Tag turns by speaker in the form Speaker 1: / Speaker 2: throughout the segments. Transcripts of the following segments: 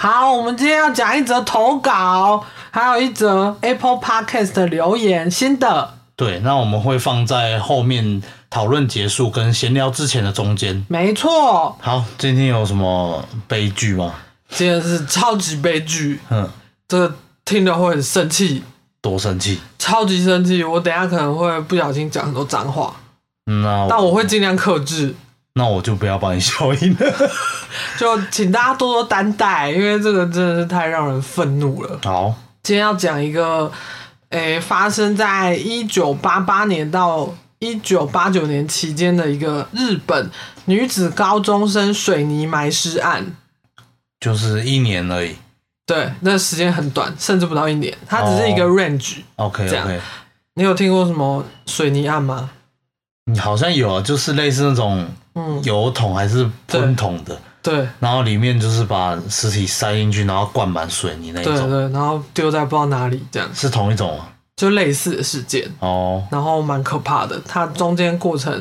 Speaker 1: 好，我们今天要讲一则投稿，还有一则 Apple Podcast 的留言，新的
Speaker 2: 对，那我们会放在后面讨论结束跟闲聊之前的中间。
Speaker 1: 没错，
Speaker 2: 好，今天有什么悲剧吗？
Speaker 1: 今天是超级悲剧，
Speaker 2: 嗯，
Speaker 1: 这个听了会很生气，
Speaker 2: 多生气。
Speaker 1: 超级生气。我等一下可能会不小心讲很多脏话，
Speaker 2: 那
Speaker 1: 但我会尽量克制，
Speaker 2: 那我就不要帮你消音 了。
Speaker 1: 就请大家多多担待，因为这个真的是太让人愤怒了。
Speaker 2: 好，
Speaker 1: 今天要讲一个，诶、发生在一九八八年到一九八九年期间的一个日本女子高中生水泥埋尸案。
Speaker 2: 就是一年而已。
Speaker 1: 对，那时间很短，甚至不到一年，它只是一个
Speaker 2: 哦
Speaker 1: range。
Speaker 2: OK
Speaker 1: 这样
Speaker 2: OK，
Speaker 1: 你有听过什么水泥案吗？
Speaker 2: 你好像有啊，就是类似那种
Speaker 1: 嗯，
Speaker 2: 油桶还是
Speaker 1: 对
Speaker 2: 喷桶的，
Speaker 1: 对
Speaker 2: 然后里面就是把尸体塞进去，然后灌满水泥那一
Speaker 1: 对
Speaker 2: 种，
Speaker 1: 对，然后丢在不知道哪里，这样
Speaker 2: 是同一种吗？
Speaker 1: 就类似的事件，
Speaker 2: 哦，
Speaker 1: 然后蛮可怕的。它中间过程，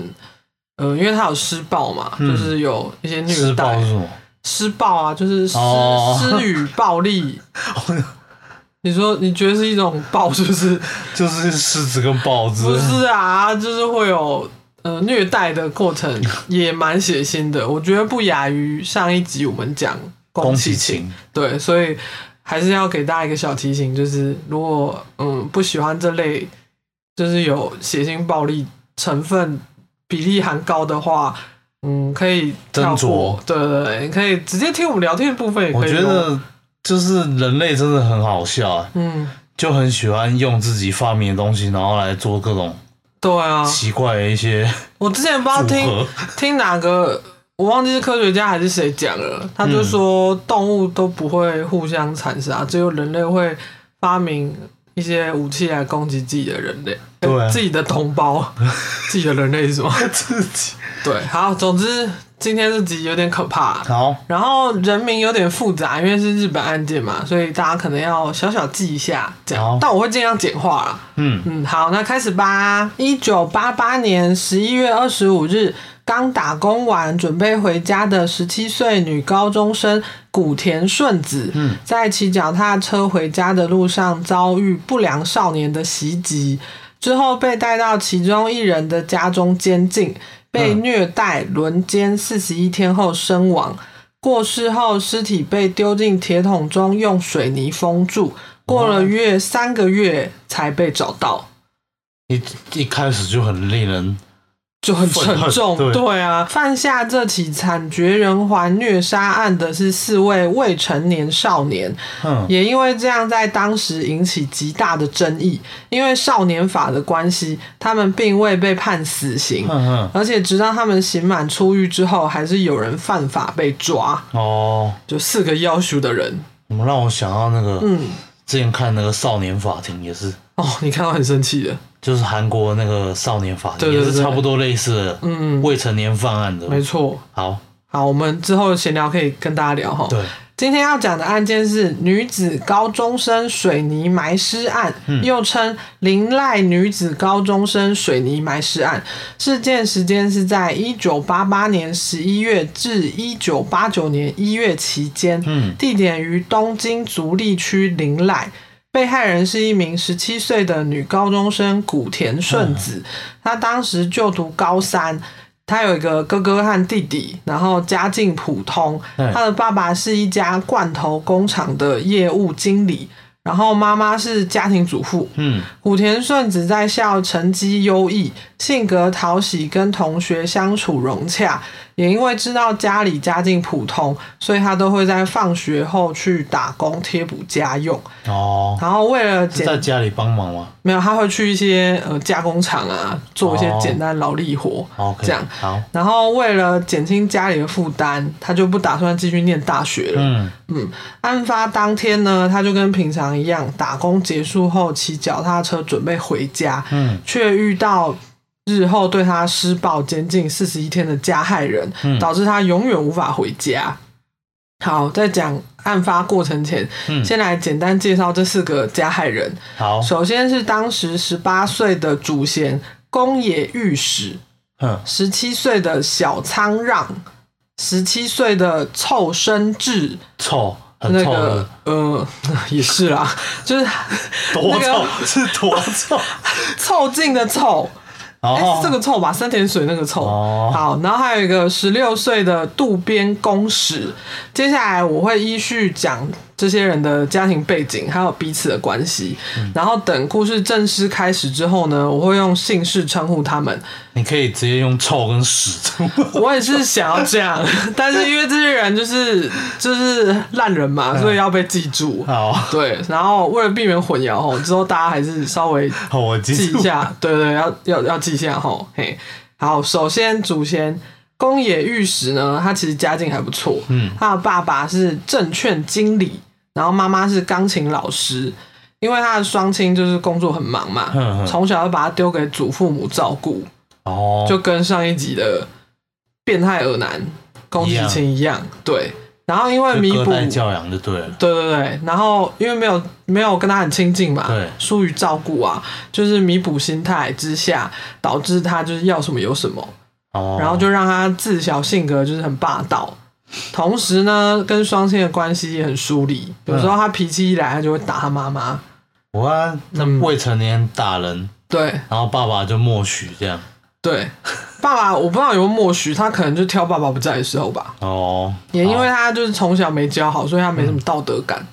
Speaker 1: 呃，因为它有施暴嘛，
Speaker 2: 嗯
Speaker 1: 就是有一些虐待，
Speaker 2: 施暴是什么？
Speaker 1: 施暴啊，就是施
Speaker 2: 哦
Speaker 1: 施与暴力。你说你觉得是一种暴，是不是？
Speaker 2: 就是狮子跟豹子。
Speaker 1: 不是啊，就是会有呃虐待的过程，也蛮血腥的。我觉得不亚于上一集我们讲
Speaker 2: 宫
Speaker 1: 崎
Speaker 2: 崎勤，
Speaker 1: 对，所以还是要给大家一个小提醒，就是如果嗯不喜欢这类就是有血腥暴力成分比例含高的话，嗯，可以跳过
Speaker 2: 斟酌。
Speaker 1: 对对对，你可以直接听我们聊天的部分，也
Speaker 2: 我
Speaker 1: 可以
Speaker 2: 觉
Speaker 1: 咯。
Speaker 2: 得就是人类真的很好笑、啊，
Speaker 1: 嗯，
Speaker 2: 就很喜欢用自己发明的东西，然后来做各种
Speaker 1: 对啊，
Speaker 2: 奇怪的一些
Speaker 1: 我之前不知道
Speaker 2: 组
Speaker 1: 听
Speaker 2: 合。
Speaker 1: 听哪个。我忘记是科学家还是谁讲了，他就
Speaker 2: 嗯
Speaker 1: 说动物都不会互相残杀，只有人类会发明一些武器来攻击自己的人类，
Speaker 2: 对啊
Speaker 1: 自己的同 胞，自己的人类是什么？
Speaker 2: 自己
Speaker 1: 对，好，总之今天这集有点可怕，
Speaker 2: 好，
Speaker 1: 然后人名有点复杂，因为是日本案件嘛，所以大家可能要小小记一下，这样
Speaker 2: 好。
Speaker 1: 但我会尽量简化啦。
Speaker 2: 嗯，
Speaker 1: 嗯，好，那开始吧。一九八八年十一月二十五日，刚打工完准备回家的十七岁女高中生古田顺子，
Speaker 2: 嗯
Speaker 1: 在骑脚踏车回家的路上遭遇不良少年的袭击，之后被带到其中一人的家中监禁，被
Speaker 2: 嗯
Speaker 1: 虐待、轮奸四十一天后身亡。过世后，尸体被丢进铁桶中，用水泥封住。过了约三个月才被找到，
Speaker 2: 一一开始就很令人
Speaker 1: 就很沉重。
Speaker 2: 愤恨对
Speaker 1: 对啊，犯下这起惨绝人寰虐杀案的是四位未成年少年，
Speaker 2: 嗯
Speaker 1: 也因为这样，在当时引起极大的争议。因为少年法的关系，他们并未被判死刑
Speaker 2: 嗯，嗯
Speaker 1: 而且直到他们刑满出狱之后，还是有人犯法被抓，
Speaker 2: 哦，
Speaker 1: 就四个要求的人。
Speaker 2: 怎么让我想到那个
Speaker 1: 嗯，
Speaker 2: 之前看那个少年法庭也是，
Speaker 1: 哦，你看到很生气的，
Speaker 2: 就是韩国那个少年法庭
Speaker 1: 对对
Speaker 2: 也是
Speaker 1: 对
Speaker 2: 差不多类似的
Speaker 1: 嗯，
Speaker 2: 未成年犯案的。
Speaker 1: 没错。
Speaker 2: 好，
Speaker 1: 好，我们之后闲聊可以跟大家聊哈。
Speaker 2: 对，
Speaker 1: 今天要讲的案件是女子高中生水泥埋尸案，
Speaker 2: 嗯
Speaker 1: 又称林濑女子高中生水泥埋尸案。事件时间是在一九八八年十一月至一九八九年一月期间，
Speaker 2: 嗯
Speaker 1: 地点于东京足立区林濑。被害人是一名十七岁的女高中生古田顺子，
Speaker 2: 嗯
Speaker 1: 她当时就读高三，她有一个哥哥和弟弟，然后家境普通。
Speaker 2: 嗯
Speaker 1: 她的爸爸是一家罐头工厂的业务经理，然后妈妈是家庭主妇。
Speaker 2: 嗯，
Speaker 1: 古田顺子在校成绩优异，性格讨喜，跟同学相处融洽。也因为知道家里家境普通，所以他都会在放学后去打工贴补家用。
Speaker 2: 哦，
Speaker 1: 然后为了
Speaker 2: 是在
Speaker 1: 简
Speaker 2: 家里帮忙吗
Speaker 1: 没有，他会去一些呃加工厂啊，做一些
Speaker 2: 哦
Speaker 1: 简单劳力活，
Speaker 2: ？OK，
Speaker 1: 这样。
Speaker 2: 好，
Speaker 1: 然后为了减轻家里的负担，他就不打算继续念大学了。
Speaker 2: 嗯，
Speaker 1: 案发当天呢，他就跟平常一样，打工结束后骑脚踏车准备回家，
Speaker 2: 嗯，
Speaker 1: 却遇到日后对他施暴监禁四十一天的加害人，
Speaker 2: 嗯
Speaker 1: 导致他永远无法回家。好，在讲案发过程前，
Speaker 2: 嗯
Speaker 1: 先来简单介绍这四个加害人。
Speaker 2: 好，
Speaker 1: 首先是当时十八岁的主嫌宫野裕史，
Speaker 2: 嗯，
Speaker 1: 十七岁的小仓让，十七岁的凑生智，
Speaker 2: 臭，很
Speaker 1: 那
Speaker 2: 臭
Speaker 1: 个
Speaker 2: 的，
Speaker 1: 呃， 也是啦，就是
Speaker 2: 多
Speaker 1: 那个
Speaker 2: 臭是多臭，
Speaker 1: 凑近的凑，哎、
Speaker 2: 哦，
Speaker 1: 是这个凑吧，三点水那个凑。
Speaker 2: 哦
Speaker 1: 好，然后还有一个十六岁的渡边公使。接下来我会依序讲这些人的家庭背景，还有彼此的关系。
Speaker 2: 嗯
Speaker 1: 然后等故事正式开始之后呢，我会用姓氏称呼他 们。
Speaker 2: 你可以直接用臭跟屎称呼，
Speaker 1: 我也是想要这样， 但是因为这些人就是就是烂人嘛，
Speaker 2: 嗯
Speaker 1: 所以要被记住。
Speaker 2: 好，
Speaker 1: 对，然后为了避免混淆哦，之后大家还是稍微
Speaker 2: 好，我记
Speaker 1: 记
Speaker 2: 住
Speaker 1: 一，下，对对，要要要记一下吼。嘿，好，首先祖先宫野玉石呢，他其实家境还不错，
Speaker 2: 嗯，
Speaker 1: 他的爸爸是证券经理，然后妈妈是钢琴老师。因为他的双亲就是工作很忙嘛
Speaker 2: 嗯，嗯
Speaker 1: 从小就把他丢给祖父母照顾，
Speaker 2: 哦，
Speaker 1: 就跟上一集的变态恶男宫崎勤一样，对。然后因为弥
Speaker 2: 就
Speaker 1: 补
Speaker 2: 隔代教养就对了，
Speaker 1: 对对对，然后因为没有没有跟他很亲近嘛，
Speaker 2: 对
Speaker 1: 疏于照顾啊，就是弥补心态之下，导致他就是要什么有什么，
Speaker 2: 哦，
Speaker 1: 然后就让他自小性格就是很霸道，同时呢，跟双亲的关系也很疏离，有时候他脾气一来，他就会打他妈妈，
Speaker 2: 我啊，那
Speaker 1: 嗯
Speaker 2: 未成年打人，
Speaker 1: 对
Speaker 2: 然后爸爸就默许这样，
Speaker 1: 对，爸爸我不知道有没有默许，他可能就挑爸爸不在的时候吧，
Speaker 2: 哦，
Speaker 1: 也因为他就是从小没教好，所以他没什么道德感。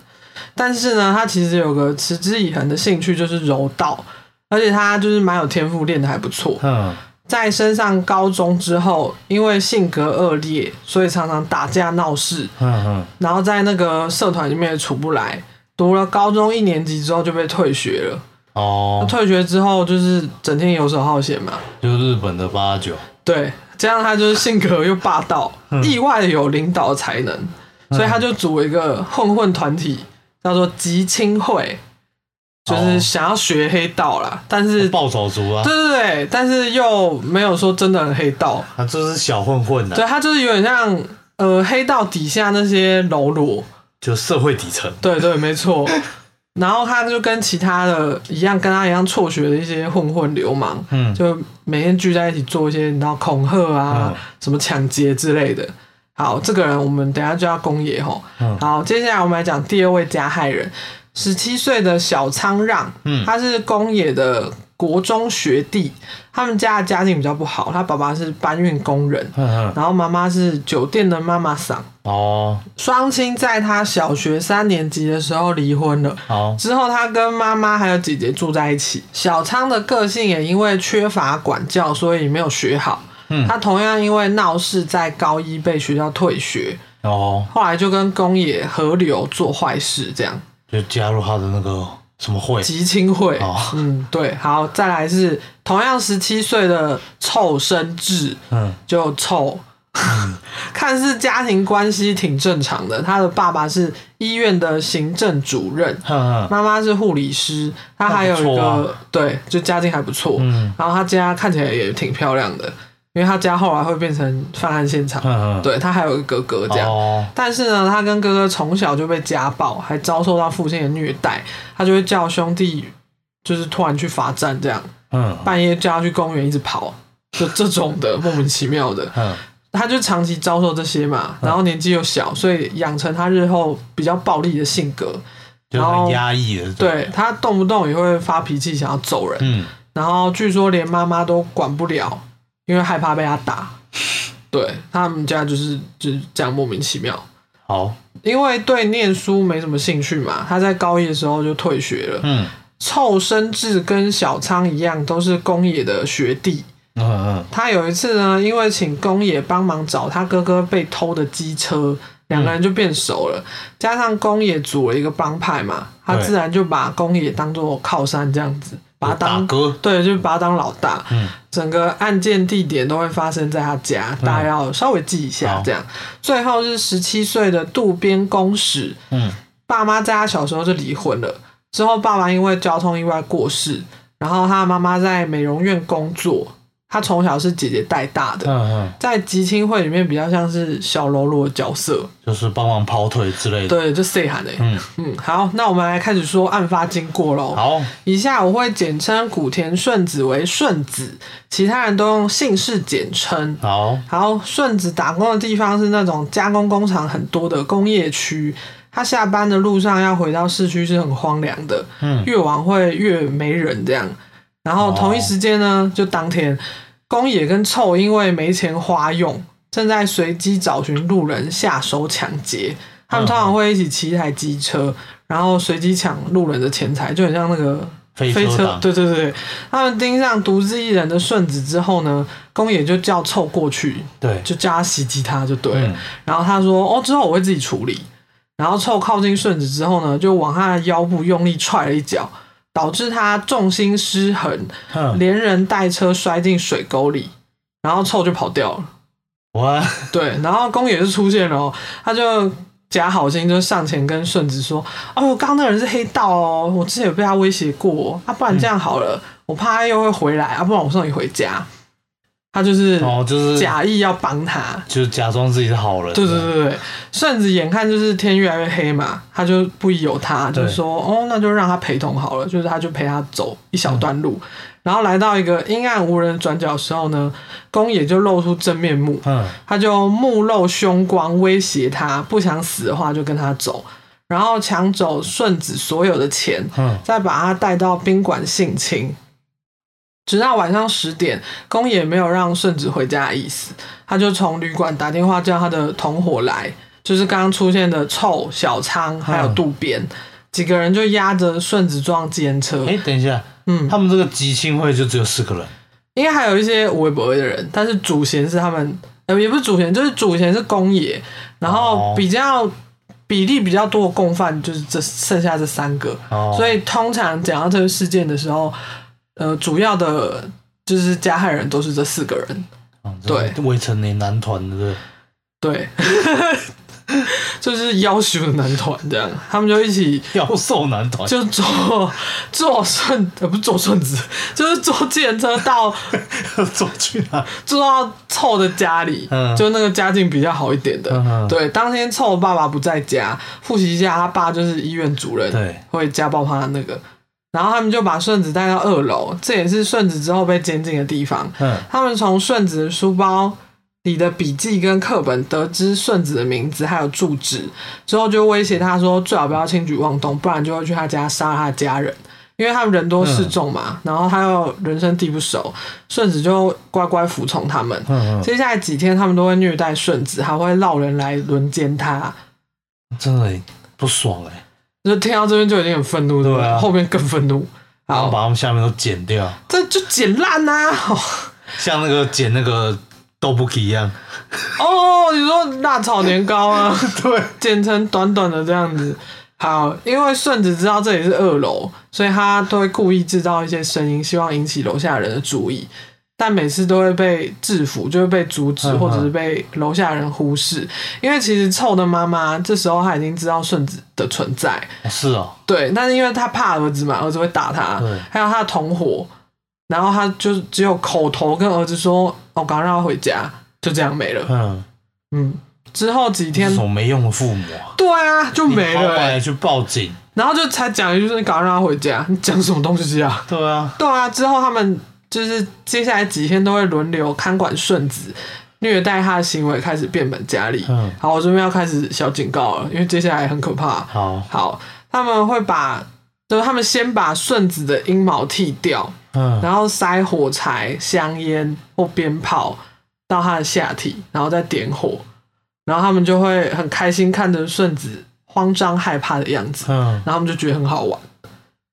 Speaker 1: 但是呢，他其实有个持之以恒的兴趣，就是柔道，而且他就是蛮有天赋，练得还不错。
Speaker 2: 嗯，
Speaker 1: 在升上高中之后，因为性格恶劣，所以常常打架闹事，
Speaker 2: 嗯嗯，
Speaker 1: 然后在那个社团里面也处不来。读了高中一年级之后就被退学了。
Speaker 2: 哦，
Speaker 1: 退学之后就是整天游手好闲嘛，
Speaker 2: 就日本的八九，
Speaker 1: 对，这样他就是性格又霸道，意外地有领导才能，所以他就组了一个混混团体，叫做吉清会，就是想要学黑道啦，但是 对
Speaker 2: 暴走族啊，
Speaker 1: 对对，但是又没有说真的很黑道，
Speaker 2: 他就是小混混啊，
Speaker 1: 对他就是有点像呃黑道底下那些喽啰，
Speaker 2: 就社会底层，
Speaker 1: 对对，没错。然后他就跟其他的一样，跟他一样辍学的一些混混流氓，
Speaker 2: 嗯
Speaker 1: 就每天聚在一起做一些，你知道恐吓啊、
Speaker 2: 嗯
Speaker 1: 什么抢劫之类的。好，这个人我们等一下就要公野吼。
Speaker 2: 嗯
Speaker 1: 好，接下来我们来讲第二位加害人，十七岁的小仓让，
Speaker 2: 嗯
Speaker 1: 他是公野的国中学弟，他们家的家境比较不好，他爸爸是搬运工人，
Speaker 2: 嗯嗯，
Speaker 1: 然后妈妈是酒店的妈妈桑。
Speaker 2: 哦，
Speaker 1: 双亲在他小学三年级的时候离婚了，
Speaker 2: 好，
Speaker 1: 之后他跟妈妈还有姐姐住在一起。小仓的个性也因为缺乏管教，所以没有学好。
Speaker 2: 嗯
Speaker 1: 他同样因为闹事，在高一被学校退学，
Speaker 2: 哦，
Speaker 1: 后来就跟宫野合流做坏事，这样
Speaker 2: 就加入他的那个什么会，
Speaker 1: 吉清会。
Speaker 2: 哦
Speaker 1: 嗯，对，好，再来是同样十七岁的凑生智，
Speaker 2: 嗯，
Speaker 1: 就臭。 看似家庭关系挺正常的，他的爸爸是医院的行政主任，
Speaker 2: 嗯嗯，
Speaker 1: 妈妈是护理师，他还有一个、
Speaker 2: 那不错啊
Speaker 1: 对，就家境还不错。
Speaker 2: 嗯
Speaker 1: 然后他家看起来也挺漂亮的，因为他家后来会变成犯案现场。
Speaker 2: 嗯嗯，
Speaker 1: 对他还有一个哥哥这样。
Speaker 2: 哦，
Speaker 1: 但是呢，他跟哥哥从小就被家暴，还遭受到父亲的虐待，他就会叫兄弟，就是突然去罚站，这样
Speaker 2: 嗯
Speaker 1: 半夜叫他去公园一直跑，就这种的莫名其妙的。
Speaker 2: 嗯，
Speaker 1: 他就长期遭受这些嘛，然后年纪又小，所以养成他日后比较暴力的性格。
Speaker 2: 就很压抑的，，
Speaker 1: 对他动不动也会发脾气，想要揍人。
Speaker 2: 嗯，
Speaker 1: 然后据说连妈妈都管不了， 因为害怕被他打。对他们家就是就是这样莫名其妙。
Speaker 2: 好，
Speaker 1: 因为对念书没什么兴趣嘛，他在高一的时候就退学了。
Speaker 2: 嗯
Speaker 1: 臭生志跟小仓一样，都是宫野的学弟。
Speaker 2: 嗯嗯，
Speaker 1: 他有一次呢，因为请宫野帮忙找他哥哥被偷的机车，两个人就变熟了。加上宫野组了一个帮派嘛，他
Speaker 2: 对
Speaker 1: 自然就把宫野当做靠山这样子，把他
Speaker 2: 大
Speaker 1: 当
Speaker 2: 哥，
Speaker 1: 对，就把他当老大。
Speaker 2: 嗯
Speaker 1: 整个案件地点都会发生在他家，大家要稍微记一下
Speaker 2: 好
Speaker 1: 这样。最后是十七岁的渡边公使，
Speaker 2: 嗯
Speaker 1: 爸妈在他小时候就离婚了，之后爸爸因为交通意外过世，然后他妈妈在美容院工作，他从小是姐姐带大的，
Speaker 2: 嗯嗯，
Speaker 1: 在集亲会里面比较像是小喽啰的角色，
Speaker 2: 就是帮忙跑腿之类的。
Speaker 1: 对，就 say 喊的。
Speaker 2: 嗯，
Speaker 1: 嗯，好，那我们来开始说案发经过喽。
Speaker 2: 好，
Speaker 1: 以下我会简称古田顺子为顺子，其他人都用姓氏简称。
Speaker 2: 好，
Speaker 1: 好，顺子打工的地方是那种加工工厂很多的工业区，他下班的路上要回到市区是很荒凉的，
Speaker 2: 嗯
Speaker 1: 越晚会越没人这样。然后同一时间呢，就当天，宫野跟臭因为没钱花用，正在随机找寻路人下手抢劫。他们通常会一起骑一台机车，然后随机抢路人的钱财，就很像那个
Speaker 2: 飞
Speaker 1: 飞
Speaker 2: 车党，
Speaker 1: 对对对，他们盯上独自一人的顺子之后呢，宫野就叫凑过去，
Speaker 2: 对，
Speaker 1: 就叫他袭击他就对了。
Speaker 2: 嗯
Speaker 1: 然后他说：“哦，之后我会自己处理。”然后凑靠近顺子之后呢，就往他的腰部用力踹了一脚，导致他重心失衡，
Speaker 2: 嗯，
Speaker 1: 连人带车摔进水沟里。然后臭就跑掉了。
Speaker 2: 我
Speaker 1: 对，
Speaker 2: 嗯
Speaker 1: 然后宫野就出现了、哦，他就假好心就上前跟顺子说：“哦，刚刚那人是黑道哦，我之前有被他威胁过、哦，啊，不然这样好了，我怕他又会回来，啊，不然我送你回家。”他就是
Speaker 2: 哦，就是
Speaker 1: 假意要帮他，
Speaker 2: 就是假装自己是好人。
Speaker 1: 对对对对，顺子眼看就是天越来越黑嘛，他就不疑有他，就
Speaker 2: 对
Speaker 1: 说哦，那就让他陪同好了，就是他就陪他走一小段路，然后来到一个阴暗无人转角的时候呢，宫野就露出真面目，
Speaker 2: 嗯，
Speaker 1: 他就目露凶光威胁他，不想死的话就跟他走，然后抢走顺子所有的钱，
Speaker 2: 嗯
Speaker 1: 再把他带到宾馆性侵。直到晚上十点，宫野没有让顺子回家的意思，他就从旅馆打电话叫他的同伙来，就是刚刚出现的臭、小仓还有渡边、几个人就压着顺子撞监车。
Speaker 2: 嗯，哎，等一下，
Speaker 1: 嗯，
Speaker 2: 他们这个集庆会就只有四个人，
Speaker 1: 应该还有一些无微不微的人，但是主嫌是他们，呃，也不是主嫌，就是主嫌是宫野，然后
Speaker 2: 哦
Speaker 1: 比较比例比较多的共犯就是这剩下这三个。
Speaker 2: 哦，
Speaker 1: 所以通常讲到这个事件的时候，呃，主要的就是加害人都是这四个人，
Speaker 2: 嗯这是未成年男团的，对
Speaker 1: 对， 就是要求的男团这样，他们就一起
Speaker 2: 妖兽男团，
Speaker 1: 就坐坐顺呃不是坐顺子，就是坐电车到
Speaker 2: 走去哪？
Speaker 1: 坐到凑的家里，
Speaker 2: 嗯
Speaker 1: 就那个家境比较好一点的，
Speaker 2: 嗯嗯
Speaker 1: 对，当天凑爸爸不在家，复习一下，他爸就是医院主任，
Speaker 2: 对，
Speaker 1: 会家暴他的那个。然后他们就把顺子带到二楼，这也是顺子之后被监禁的地方。
Speaker 2: 嗯，
Speaker 1: 他们从顺子的书包里的笔记跟课本得知顺子的名字还有住址，之后就威胁他说最好不要轻举妄动，不然就会去他家杀了他的家人。因为他们人多势众嘛，然后他又人生地不熟，顺子就乖乖服从他们。
Speaker 2: 嗯
Speaker 1: 接下来几天，他们都会虐待顺子，还会闹人来轮奸他。
Speaker 2: 嗯，真的不爽哎，
Speaker 1: 就听到这边就已经很愤怒，对不
Speaker 2: 对啊
Speaker 1: 后面更愤怒。
Speaker 2: 然后
Speaker 1: 好，
Speaker 2: 把他们下面都剪掉，
Speaker 1: 这就剪烂啊呐、
Speaker 2: 像那个剪那个豆腐皮一样。
Speaker 1: 哦，你说辣炒年糕啊，
Speaker 2: 对，
Speaker 1: 剪成短短的这样子。好，因为顺子知道这里是二楼，所以他都会故意制造一些声音，希望引起楼下人的注意。但每次都会被制服，就会被阻止，
Speaker 2: 嗯嗯
Speaker 1: 或者是被楼下人忽视。因为其实臭的妈妈这时候她已经知道顺子的存在，
Speaker 2: 哦是哦，
Speaker 1: 对，但是因为他怕儿子嘛，儿子会打他
Speaker 2: 对，
Speaker 1: 还有他的同伙，然后他就只有口头跟儿子说：“哦，赶快让他回家。”就这样没了。
Speaker 2: 嗯，
Speaker 1: 嗯，之后几
Speaker 2: 这
Speaker 1: 天，
Speaker 2: 种没用的父母啊，
Speaker 1: 对啊，就没
Speaker 2: 你
Speaker 1: 了、
Speaker 2: 跑过来
Speaker 1: 欸。
Speaker 2: 去报警，
Speaker 1: 然后就才讲一句说：“你赶快让他回家。”你讲什么东西啊？
Speaker 2: 对啊，
Speaker 1: 对啊，之后他们就是接下来几天都会轮流看管顺子，虐待他的行为开始变本加厉。
Speaker 2: 嗯
Speaker 1: 好，我这边要开始小警告了，因为接下来很可怕。
Speaker 2: 好，
Speaker 1: 好，他们会把，就是他们先把顺子的阴毛剃掉，
Speaker 2: 嗯，
Speaker 1: 然后塞火柴、香烟或鞭炮到他的下体，然后再点火。然后他们就会很开心看着顺子慌张害怕的样子，
Speaker 2: 嗯，
Speaker 1: 然后他们就觉得很好玩。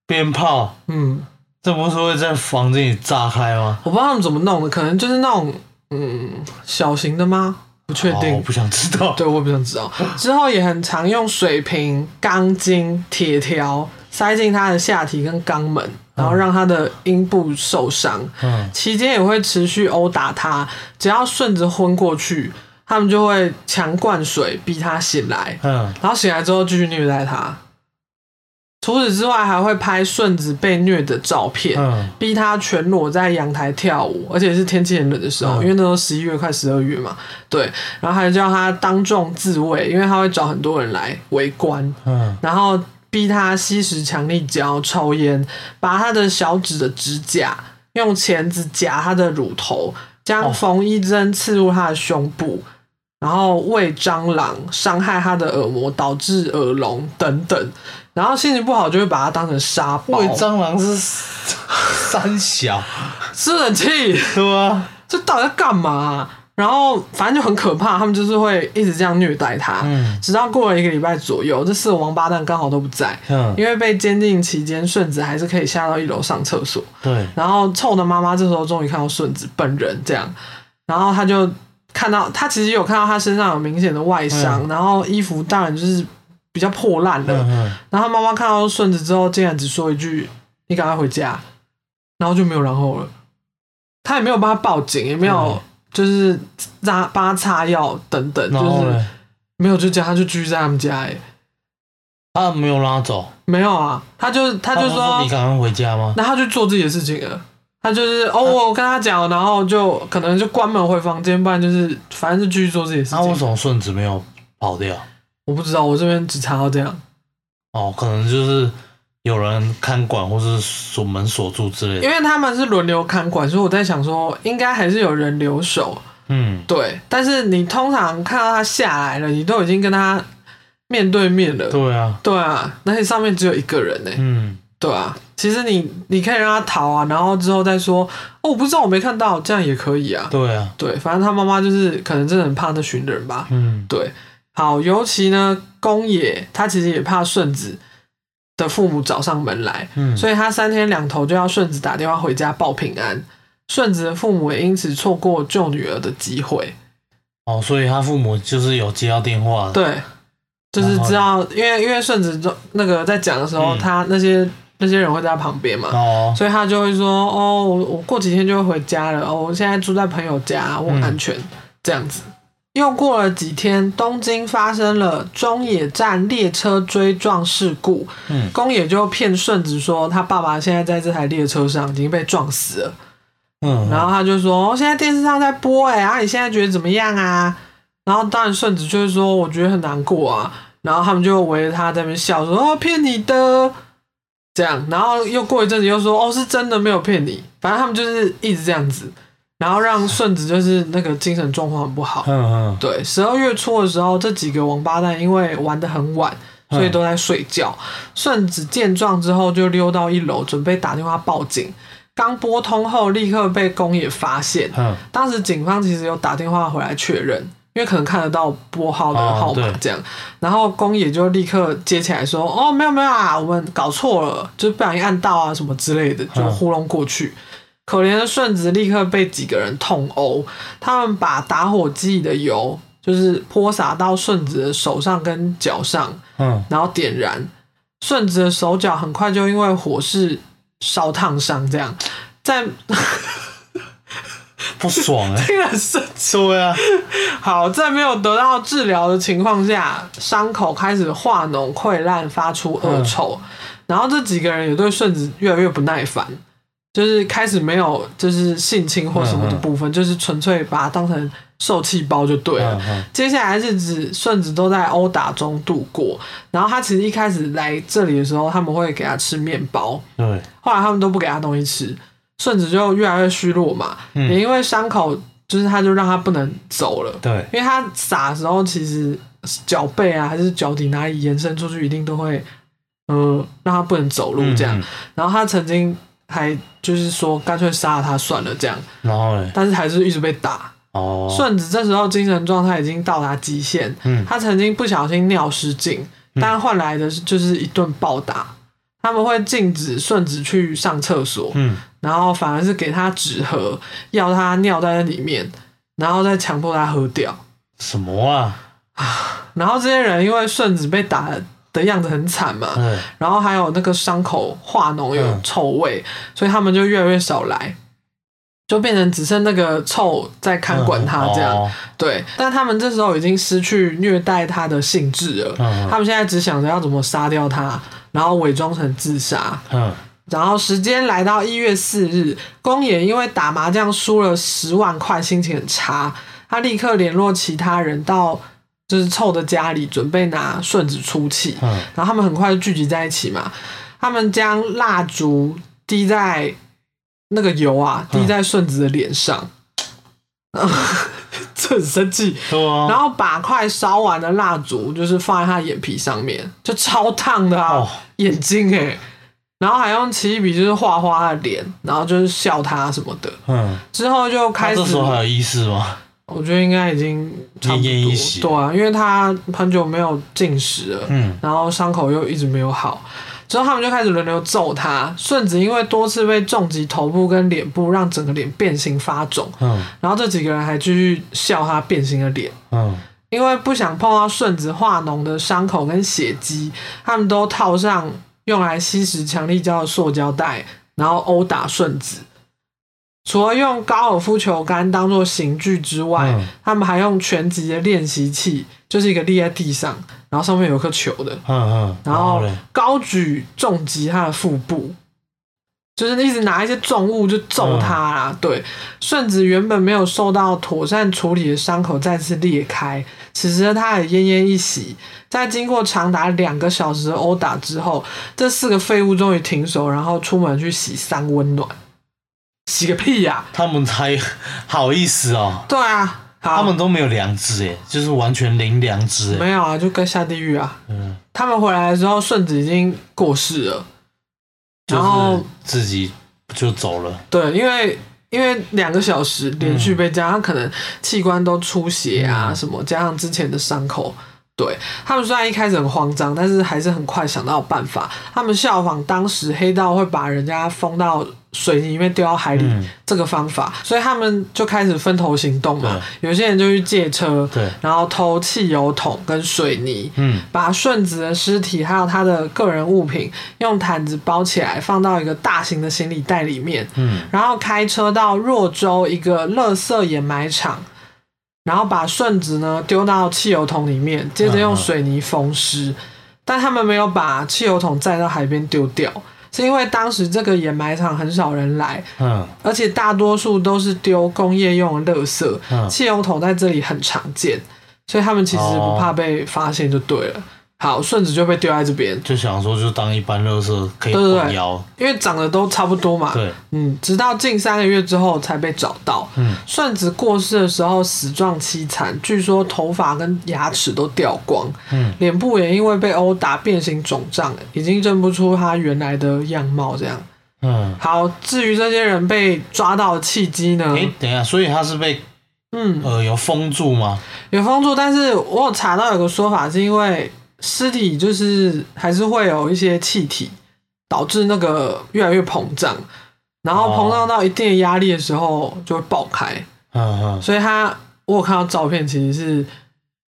Speaker 2: 鞭炮，
Speaker 1: 嗯，
Speaker 2: 这不是会在房间里炸开吗？
Speaker 1: 我不知道他们怎么弄的，可能就是那种嗯小型的吗？不确
Speaker 2: 哦
Speaker 1: 定。
Speaker 2: 我不想知道。
Speaker 1: 对，我也不想知道。之后也很常用水瓶、钢筋、铁条塞进他的下体跟肛门，然后让他的阴部受伤。
Speaker 2: 嗯，
Speaker 1: 期间也会持续殴打他，只要顺着昏过去，他们就会强灌水逼他醒来，
Speaker 2: 嗯，
Speaker 1: 然后醒来之后继续虐待他。除此之外，还会拍顺子被虐的照片，
Speaker 2: 嗯
Speaker 1: 逼他全裸在阳台跳舞，而且是天气很冷的时候，
Speaker 2: 嗯
Speaker 1: 因为那时候十一月快十二月嘛，对，然后还叫他当众自慰，因为他会找很多人来围观，
Speaker 2: 嗯，
Speaker 1: 然后逼他吸食强力胶、抽烟，拔他的小指的指甲，用钳子夹他的乳头，将
Speaker 2: 哦
Speaker 1: 缝衣针刺入他的胸部，然后喂蟑螂，伤害他的耳膜，导致耳聋等等。然后心情不好就会把他当成沙包
Speaker 2: 喂，， 蟑螂是三小，
Speaker 1: 吃冷气，
Speaker 2: 对啊吧？
Speaker 1: 这到底在干嘛啊、然后反正就很可怕，他们就是会一直这样虐待他，
Speaker 2: 嗯
Speaker 1: 直到过了一个礼拜左右，这四个王八蛋刚好都不在，
Speaker 2: 嗯，
Speaker 1: 因为被监禁期间，顺子还是可以下到一楼上厕所。
Speaker 2: 对，
Speaker 1: 然后臭的妈妈这时候终于看到顺子本人这样，然后她就看到她其实有看到她身上有明显的外伤，然后衣服当然就是比较破烂了。
Speaker 2: 嗯嗯，
Speaker 1: 然后她妈妈看到顺子之后，竟然只说一句：“你赶快回家。”然后就没有然后了。她也没有帮她报警，也没有
Speaker 2: 嗯
Speaker 1: 就是扎帮她擦药等等，
Speaker 2: 然
Speaker 1: 就
Speaker 2: 后
Speaker 1: 是
Speaker 2: 呢？
Speaker 1: 没有就这样，她就居在他们家、欸。
Speaker 2: 他啊没有拉走，
Speaker 1: 没有啊，她就她
Speaker 2: 他
Speaker 1: 就
Speaker 2: 不
Speaker 1: 说
Speaker 2: 你赶快回家吗？
Speaker 1: 那他就做自己的事情了。他就是哦，我跟他讲，然后就可能就关门回房间，不然就是反正就继续做自己的事
Speaker 2: 那为什
Speaker 1: 情。
Speaker 2: 么顺子没有跑掉？
Speaker 1: 我不知道，我这边只查到这样，
Speaker 2: 哦，可能就是有人看管或是锁门锁住之类
Speaker 1: 因
Speaker 2: 的。
Speaker 1: 为他们是轮流看管，所以我在想说，应该还是有人留守。
Speaker 2: 嗯，
Speaker 1: 对，但是你通常看到他下来了，你都已经跟他面对面了。
Speaker 2: 对啊，
Speaker 1: 对啊，那上面只有一个人呢、
Speaker 2: 嗯，
Speaker 1: 对啊，其实你你可以让他逃啊，然后之后再说哦，我不知道，我没看到，这样也可以啊。
Speaker 2: 对啊，
Speaker 1: 对，反正他妈妈就是可能真的很怕那群人吧。
Speaker 2: 嗯，
Speaker 1: 对，好，尤其呢，宫野他其实也怕顺子的父母找上门来，
Speaker 2: 嗯
Speaker 1: 所以他三天两头就要顺子打电话回家报平安。顺子的父母也因此错过救女儿的机会。
Speaker 2: 哦，所以他父母就是有接到电话的，
Speaker 1: 对，就是
Speaker 2: 然后
Speaker 1: 知道，因为因为顺子就那个在讲的时候，
Speaker 2: 嗯
Speaker 1: 他那些那些人会在他旁边嘛。
Speaker 2: 哦，
Speaker 1: 所以他就会说：“哦，我我过几天就会回家了。哦，我现在住在朋友家，
Speaker 2: 嗯
Speaker 1: 我很安全。这样子。又过了几天，东京发生了中野站列车追撞事故，
Speaker 2: 嗯
Speaker 1: 宫野就骗顺子说他爸爸现在在这台列车上已经被撞死了，
Speaker 2: 嗯，
Speaker 1: 然后他就说：“哦，现在电视上在播、哎，啊，你现在觉得怎么样啊？”然后当然顺子就会说：“我觉得很难过啊。”然后他们就围着他在那边笑说：“哦，骗你的。”这样，然后又过一阵子又说：“哦，是真的没有骗你。”反正他们就是一直这样子，然后让顺子就是那个精神状况很不好。
Speaker 2: 嗯嗯，
Speaker 1: 对，十二月初的时候，这几个王八蛋因为玩得很晚，所以都在睡觉。顺子见状之后，就溜到一楼，准备打电话报警。刚拨通后，立刻被宫野发现。
Speaker 2: 嗯
Speaker 1: 当时警方其实有打电话回来确认，因为可能看得到拨号的号码
Speaker 2: 哦对
Speaker 1: 这样。然后宫野就立刻接起来说：“哦，没有没有啊，我们搞错了，就是不小心按到啊什么之类的，就
Speaker 2: 嗯
Speaker 1: 糊弄过去。可怜的顺子立刻被几个人痛殴，他们把打火机里的油就是泼洒到顺子的手上跟脚上，
Speaker 2: 嗯，
Speaker 1: 然后点燃。顺子的手脚很快就因为火势烧烫伤，这样在
Speaker 2: 不爽 哎、
Speaker 1: 听了生
Speaker 2: 对啊，
Speaker 1: 好，在没有得到治疗的情况下，伤口开始化脓溃烂，发出恶臭。
Speaker 2: 嗯
Speaker 1: 然后这几个人也对顺子越来越不耐烦，就是开始没有就是性侵或什么的部分，就是纯粹把它当成受气包就对了。
Speaker 2: 嗯嗯
Speaker 1: 接下来日子顺子都在殴打中度过。然后他其实一开始来这里的时候，他们会给他吃面包，
Speaker 2: 对，
Speaker 1: 后来他们都不给他东西吃，顺子就越来越虚弱嘛，
Speaker 2: 嗯
Speaker 1: 也因为伤口，就是他就让他不能走了。
Speaker 2: 对，
Speaker 1: 因为他撒的时候，其实脚背啊还是脚底哪里延伸出去，一定都会，呃，让他不能走路这样。
Speaker 2: 嗯嗯
Speaker 1: 然后他曾经还就是说，干脆杀了他算了这样，
Speaker 2: 然后嘞，
Speaker 1: 但是还是一直被打。
Speaker 2: 哦，
Speaker 1: 顺子这时候精神状态已经到达极限，
Speaker 2: 嗯
Speaker 1: 他曾经不小心尿失禁，但换来的是就是一顿暴打。他们会禁止顺子去上厕所，
Speaker 2: 嗯，
Speaker 1: 然后反而是给他纸盒，要他尿在那里面，然后再强迫他喝掉。
Speaker 2: 什么啊？
Speaker 1: 然后这些人因为顺子被打的样子很惨嘛，
Speaker 2: 嗯，
Speaker 1: 然后还有那个伤口化脓有
Speaker 2: 嗯
Speaker 1: 臭味，所以他们就越来越少来，就变成只剩那个臭在看管他这样。
Speaker 2: 嗯哦
Speaker 1: 对，但他们这时候已经失去虐待他的兴致了，
Speaker 2: 嗯
Speaker 1: 他们现在只想着要怎么杀掉他，然后伪装成自杀。
Speaker 2: 嗯，
Speaker 1: 然后时间来到一月四日，宫野因为打麻将输了十万块，心情很差，他立刻联络其他人到就是凑的家里，准备拿顺子出气。
Speaker 2: 嗯
Speaker 1: 然后他们很快就聚集在一起嘛，他们将蜡烛滴在那个油啊，滴在顺子的脸上， 这很生气。
Speaker 2: 对啊，
Speaker 1: 然后把快烧完的蜡烛就是放在他眼皮上面，就超烫的啊，
Speaker 2: 哦
Speaker 1: 眼睛哎、然后还用奇异笔就是画画他的脸，然后就是笑他什么的。
Speaker 2: 嗯，
Speaker 1: 之后就
Speaker 2: 他
Speaker 1: 开始
Speaker 2: 这，时候还有意识吗？
Speaker 1: 我觉得应该已经差不
Speaker 2: 奄奄一
Speaker 1: 多
Speaker 2: 息
Speaker 1: 对啊，因为他很久没有进食了，
Speaker 2: 嗯
Speaker 1: 然后伤口又一直没有好。之后他们就开始轮流揍他，顺子因为多次被重击头部跟脸部，让整个脸变形发肿。
Speaker 2: 嗯
Speaker 1: 然后这几个人还继续笑他变形的脸，
Speaker 2: 嗯，
Speaker 1: 因为不想碰到顺子化脓的伤口跟血迹，他们都套上用来吸食强力胶的塑胶袋，然后殴打顺子。除了用高尔夫球杆当做刑具之外，
Speaker 2: 嗯
Speaker 1: 他们还用拳击的练习器，就是一个立在地上，然后上面有颗球的，
Speaker 2: 嗯嗯，
Speaker 1: 然
Speaker 2: 后
Speaker 1: 后
Speaker 2: 嘞，
Speaker 1: 高举重击他的腹部，就是一直拿一些重物就揍他啦。
Speaker 2: 嗯
Speaker 1: 对，顺子原本没有受到妥善处理的伤口再次裂开，此时他也奄奄一息。在经过长达两个小时的殴打之后，这四个废物终于停手，然后出门去洗三温暖。洗个屁呀、
Speaker 2: 他们才好意思哦，
Speaker 1: 对啊，好
Speaker 2: 他们都没有良知哎，就是完全零良知哎，
Speaker 1: 没有啊，就跟下地狱啊。
Speaker 2: 嗯，
Speaker 1: 他们回来的时候，顺子已经过世了。
Speaker 2: 就
Speaker 1: 然后
Speaker 2: 是自己就走了，
Speaker 1: 对，因为因为两个小时连续被加，他可能器官都出血啊
Speaker 2: 嗯
Speaker 1: 什么，加上之前的伤口。对他们虽然一开始很慌张，但是还是很快想到办法。他们效仿当时黑道会把人家封到水泥里面丢到海里、
Speaker 2: 嗯
Speaker 1: 这个方法，所以他们就开始分头行动嘛。有些人就去借车，
Speaker 2: 对，
Speaker 1: 然后偷汽油桶跟水泥，
Speaker 2: 嗯
Speaker 1: 把顺子的尸体还有他的个人物品用毯子包起来，放到一个大型的行李袋里面，
Speaker 2: 嗯
Speaker 1: 然后开车到若州一个垃圾掩埋场，然后把顺子呢丢到汽油桶里面，接着用
Speaker 2: 嗯
Speaker 1: 水泥封尸。但他们没有把汽油桶载到海边丢掉，是因为当时这个掩埋场很少人来，
Speaker 2: 嗯
Speaker 1: 而且大多数都是丢工业用的垃圾，
Speaker 2: 嗯，
Speaker 1: 汽油桶在这里很常见，所以他们其实不怕被发现就对了。好，顺子就被丢在这边，
Speaker 2: 就想说就当一般乐色可以
Speaker 1: 对对对
Speaker 2: 混淆，
Speaker 1: 因为长得都差不多嘛。
Speaker 2: 对，
Speaker 1: 嗯，直到近三个月之后才被找到。
Speaker 2: 嗯
Speaker 1: 顺子过世的时候死状凄惨，据说头发跟牙齿都掉光，
Speaker 2: 嗯
Speaker 1: 脸部也因为被殴打变形肿胀，已经认不出他原来的样貌。这样，
Speaker 2: 嗯，
Speaker 1: 好，至于这些人被抓到的契机呢？
Speaker 2: 诶，等一下，所以他是被
Speaker 1: 嗯，
Speaker 2: 呃有封住吗？
Speaker 1: 有封住，但是我有查到有个说法，是因为尸体就是还是会有一些气体，导致那个越来越膨胀，然
Speaker 2: 哦
Speaker 1: 后膨胀到一定的压力的时候就会爆开，
Speaker 2: 嗯
Speaker 1: 所以他我有看到照片，其实是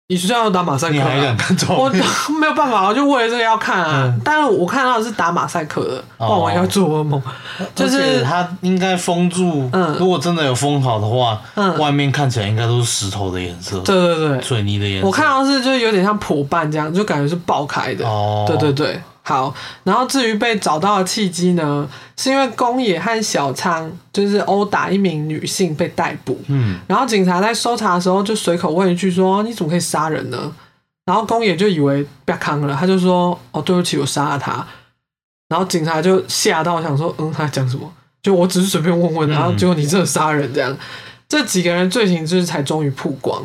Speaker 1: 你学校有打马赛
Speaker 2: 嗯，
Speaker 1: 克、
Speaker 2: 你还敢
Speaker 1: 啊。
Speaker 2: 看照
Speaker 1: 我
Speaker 2: 片？
Speaker 1: 没有办法，我就为了这个要看啊！
Speaker 2: 嗯
Speaker 1: 但是我看到的是打马赛克的，哇，我要做噩
Speaker 2: 哦
Speaker 1: 梦。就
Speaker 2: 而
Speaker 1: 是
Speaker 2: 且他应该封住，
Speaker 1: 嗯
Speaker 2: 如果真的有封好的话，
Speaker 1: 嗯
Speaker 2: 外面看起来应该都是石头的颜色，
Speaker 1: 对对对，
Speaker 2: 水泥的颜色。
Speaker 1: 我看到是就有点像破瓣这样，就感觉是爆开的。
Speaker 2: 哦，
Speaker 1: 对对，对，好。然后至于被找到的契机呢，是因为宫野和小仓就是殴打一名女性被逮捕，
Speaker 2: 嗯
Speaker 1: 然后警察在搜查的时候就随口问一句说：“你怎么可以杀人呢？”然后宫野就以为被康了，他就说：“哦，对不起，我杀了他。”然后警察就吓到，想说：“嗯，他讲什么？就我只是随便问问，然后结果你真的杀人这样。这几个人罪行就是才终于曝光。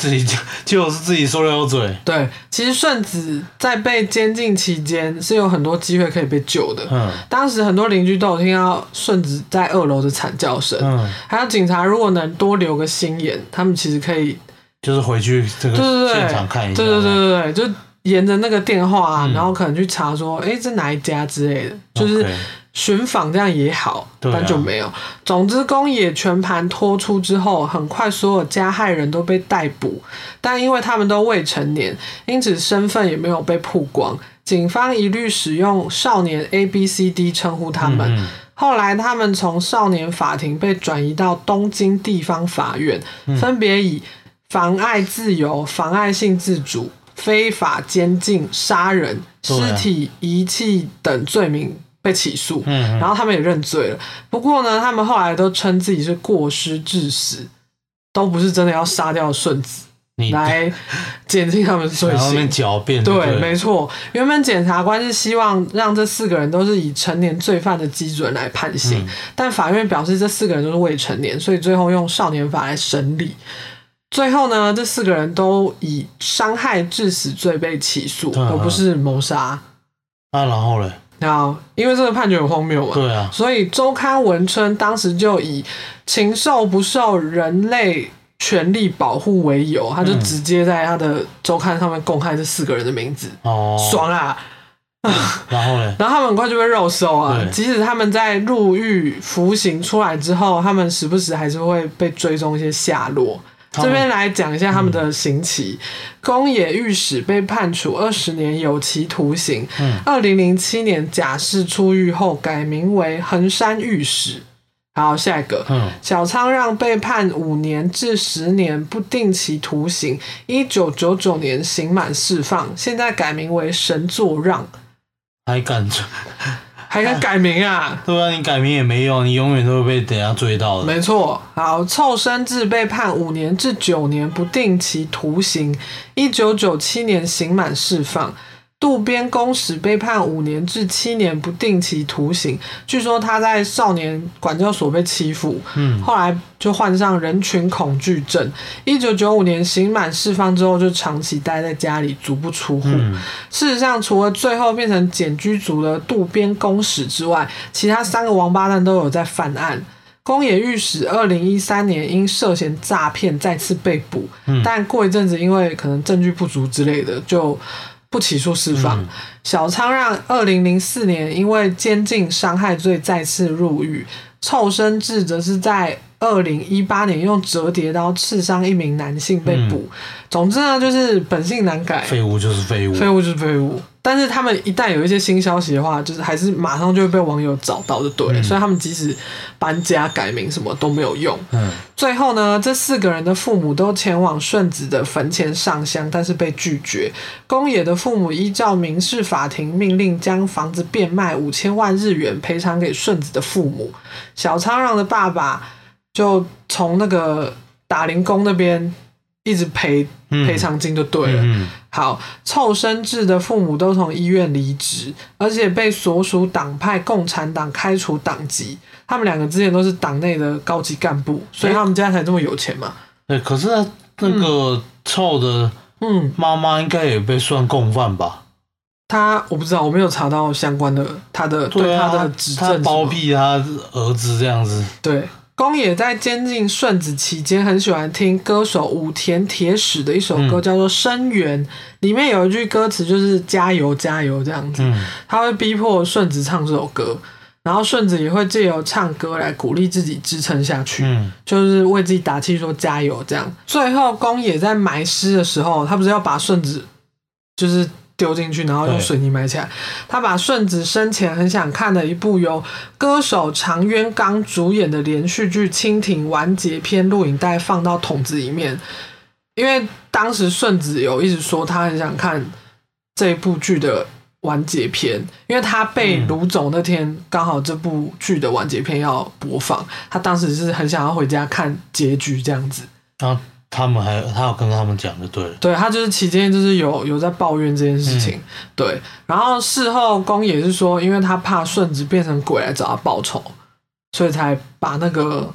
Speaker 2: 自己讲，就是自己说溜嘴。
Speaker 1: 对，其实顺子在被监禁期间是有很多机会可以被救的。
Speaker 2: 嗯
Speaker 1: 当时很多邻居都有听到顺子在二楼的惨叫声，
Speaker 2: 嗯，
Speaker 1: 还有警察如果能多留个心眼，他们其实可以，
Speaker 2: 就是回去这
Speaker 1: 对对
Speaker 2: 个
Speaker 1: 对，
Speaker 2: 现场看一下。
Speaker 1: 对对对对对，就沿着那个电话、啊，
Speaker 2: 嗯
Speaker 1: 然后可能去查说，哎，这哪一家之类的，
Speaker 2: OK，
Speaker 1: 就是寻访这样也好，
Speaker 2: 对啊
Speaker 1: 但就没有。总之，公野全盘托出之后，很快所有加害人都被逮捕，但因为他们都未成年，因此身份也没有被曝光。警方一律使用少年 A、B、C、D 称呼他们。
Speaker 2: 嗯
Speaker 1: 后来，他们从少年法庭被转移到东京地方法院，
Speaker 2: 嗯
Speaker 1: 分别以妨碍自由、妨碍性自主、非法监禁、杀人、尸
Speaker 2: 对啊
Speaker 1: 体遗弃等罪名被起诉。
Speaker 2: 嗯
Speaker 1: 然后他们也认罪了。不过呢，他们后来都称自己是过失致死，都不是真的要杀掉顺子
Speaker 2: 你
Speaker 1: 来减轻他们的罪
Speaker 2: 然后那
Speaker 1: 行
Speaker 2: 边。狡辩，
Speaker 1: 对，
Speaker 2: 不
Speaker 1: 没错。原本检察官是希望让这四个人都是以成年罪犯的基准来判刑，
Speaker 2: 嗯
Speaker 1: 但法院表示这四个人都是未成年，所以最后用少年法来审理。最后呢，这四个人都以伤害致死罪被起诉，
Speaker 2: 嗯
Speaker 1: 而不是谋杀。
Speaker 2: 啊，然后嘞，
Speaker 1: 然后，因为这个判决很荒谬嘛，
Speaker 2: 对啊，
Speaker 1: 所以周刊文春当时就以禽兽不受人类权利保护为由，
Speaker 2: 嗯
Speaker 1: 他就直接在他的周刊上面公开这四个人的名字，
Speaker 2: 哦，
Speaker 1: 爽啊！
Speaker 2: 然后嘞，
Speaker 1: 然后他们很快就被肉搜啊
Speaker 2: 对，
Speaker 1: 即使他们在入狱服刑出来之后，他们时不时还是会被追踪一些下落。
Speaker 2: 他
Speaker 1: 这
Speaker 2: 们嗯
Speaker 1: 边来讲一下他们的刑期，宫野御史被判处二十年有期徒刑
Speaker 2: 嗯。
Speaker 1: 二零零七年假释出狱后，改名为横山御史。好，下一个，
Speaker 2: 嗯
Speaker 1: 小仓让被判五年至十年不定期徒刑，一九九九年刑满释放，现在改名为神作让，
Speaker 2: 还敢追？
Speaker 1: 还敢改名啊？
Speaker 2: 对啊，你改名也没用，你永远都会被等下追到的。
Speaker 1: 没错，好，凑生制被判五年至九年不定期徒刑，一九九七年刑满释放。渡边公使被判五年至七年不定期徒刑，据说他在少年管教所被欺负，
Speaker 2: 嗯，
Speaker 1: 后来就患上人群恐惧症。一九九五年刑满释放之后，就长期待在家里，足不出户。
Speaker 2: 嗯
Speaker 1: 事实上，除了最后变成检居族的渡边公使之外，其他三个王八蛋都有在犯案。宫野御史二零一三年因涉嫌诈骗再次被捕，
Speaker 2: 嗯
Speaker 1: 但过一阵子因为可能证据不足之类的，就不起诉释放。
Speaker 2: 嗯
Speaker 1: 小仓让二零零四年因为监禁伤害罪再次入狱，臭生智则是在二零一八年用折叠刀刺伤一名男
Speaker 2: 嗯
Speaker 1: 性被捕。总之呢，就是本性难改，
Speaker 2: 废物就是废物，
Speaker 1: 废物就是废物。但是他们一旦有一些新消息的话，就是还是马上就会被网友找到，就对了。所以他们即使搬家、改名什么都没有用。
Speaker 2: 嗯，
Speaker 1: 最后呢，这四个人的父母都前往顺子的坟前上香，但是被拒绝。宫野的父母依照民事法庭命令，将房子变卖五千万日元赔偿给顺子的父母。小仓让的爸爸就从那个打零工那边一直赔
Speaker 2: 嗯
Speaker 1: 赔偿金就对了。
Speaker 2: 嗯，
Speaker 1: 好，凑生智的父母都从医院离职，而且被所属党派共产党开除党籍。他们两个之前都是党内的高级干部，所以他们家才这么有钱嘛。
Speaker 2: 对。可是那个臭的
Speaker 1: 嗯，
Speaker 2: 妈妈应该也被算共犯吧？
Speaker 1: 他我不知道，我没有查到相关的他的对
Speaker 2: 啊，
Speaker 1: 他
Speaker 2: 他
Speaker 1: 的指证什么
Speaker 2: 包庇他儿子这样子，
Speaker 1: 对，宫野在监禁顺子期间，很喜欢听歌手武田铁史的一首歌，
Speaker 2: 嗯
Speaker 1: 叫做《声援》，里面有一句歌词就是“加油，加油”这样子。
Speaker 2: 嗯
Speaker 1: 他会逼迫顺子唱这首歌，然后顺子也会借由唱歌来鼓励自己支撑下去，
Speaker 2: 嗯，
Speaker 1: 就是为自己打气说加油这样。最后宫野在埋尸的时候，他不是要把顺子就是丢进去，然后用
Speaker 2: 对
Speaker 1: 水泥埋起来。他把顺子生前很想看的一部由歌手长渊刚主演的连续剧《蜻蜓完结篇》录影带放到桶子里面，因为当时顺子有一直说他很想看这部剧的完结篇，因为他被
Speaker 2: 嗯
Speaker 1: 掳走那天刚好这部剧的完结篇要播放，他当时是很想要回家看结局这样子。
Speaker 2: 然后他们还他有跟他们讲就对了，
Speaker 1: 对他就是期间就是有有在抱怨这件事情，
Speaker 2: 嗯
Speaker 1: 对。然后事后宫也是说，因为他怕顺子变成鬼来找他报仇，所以才把那个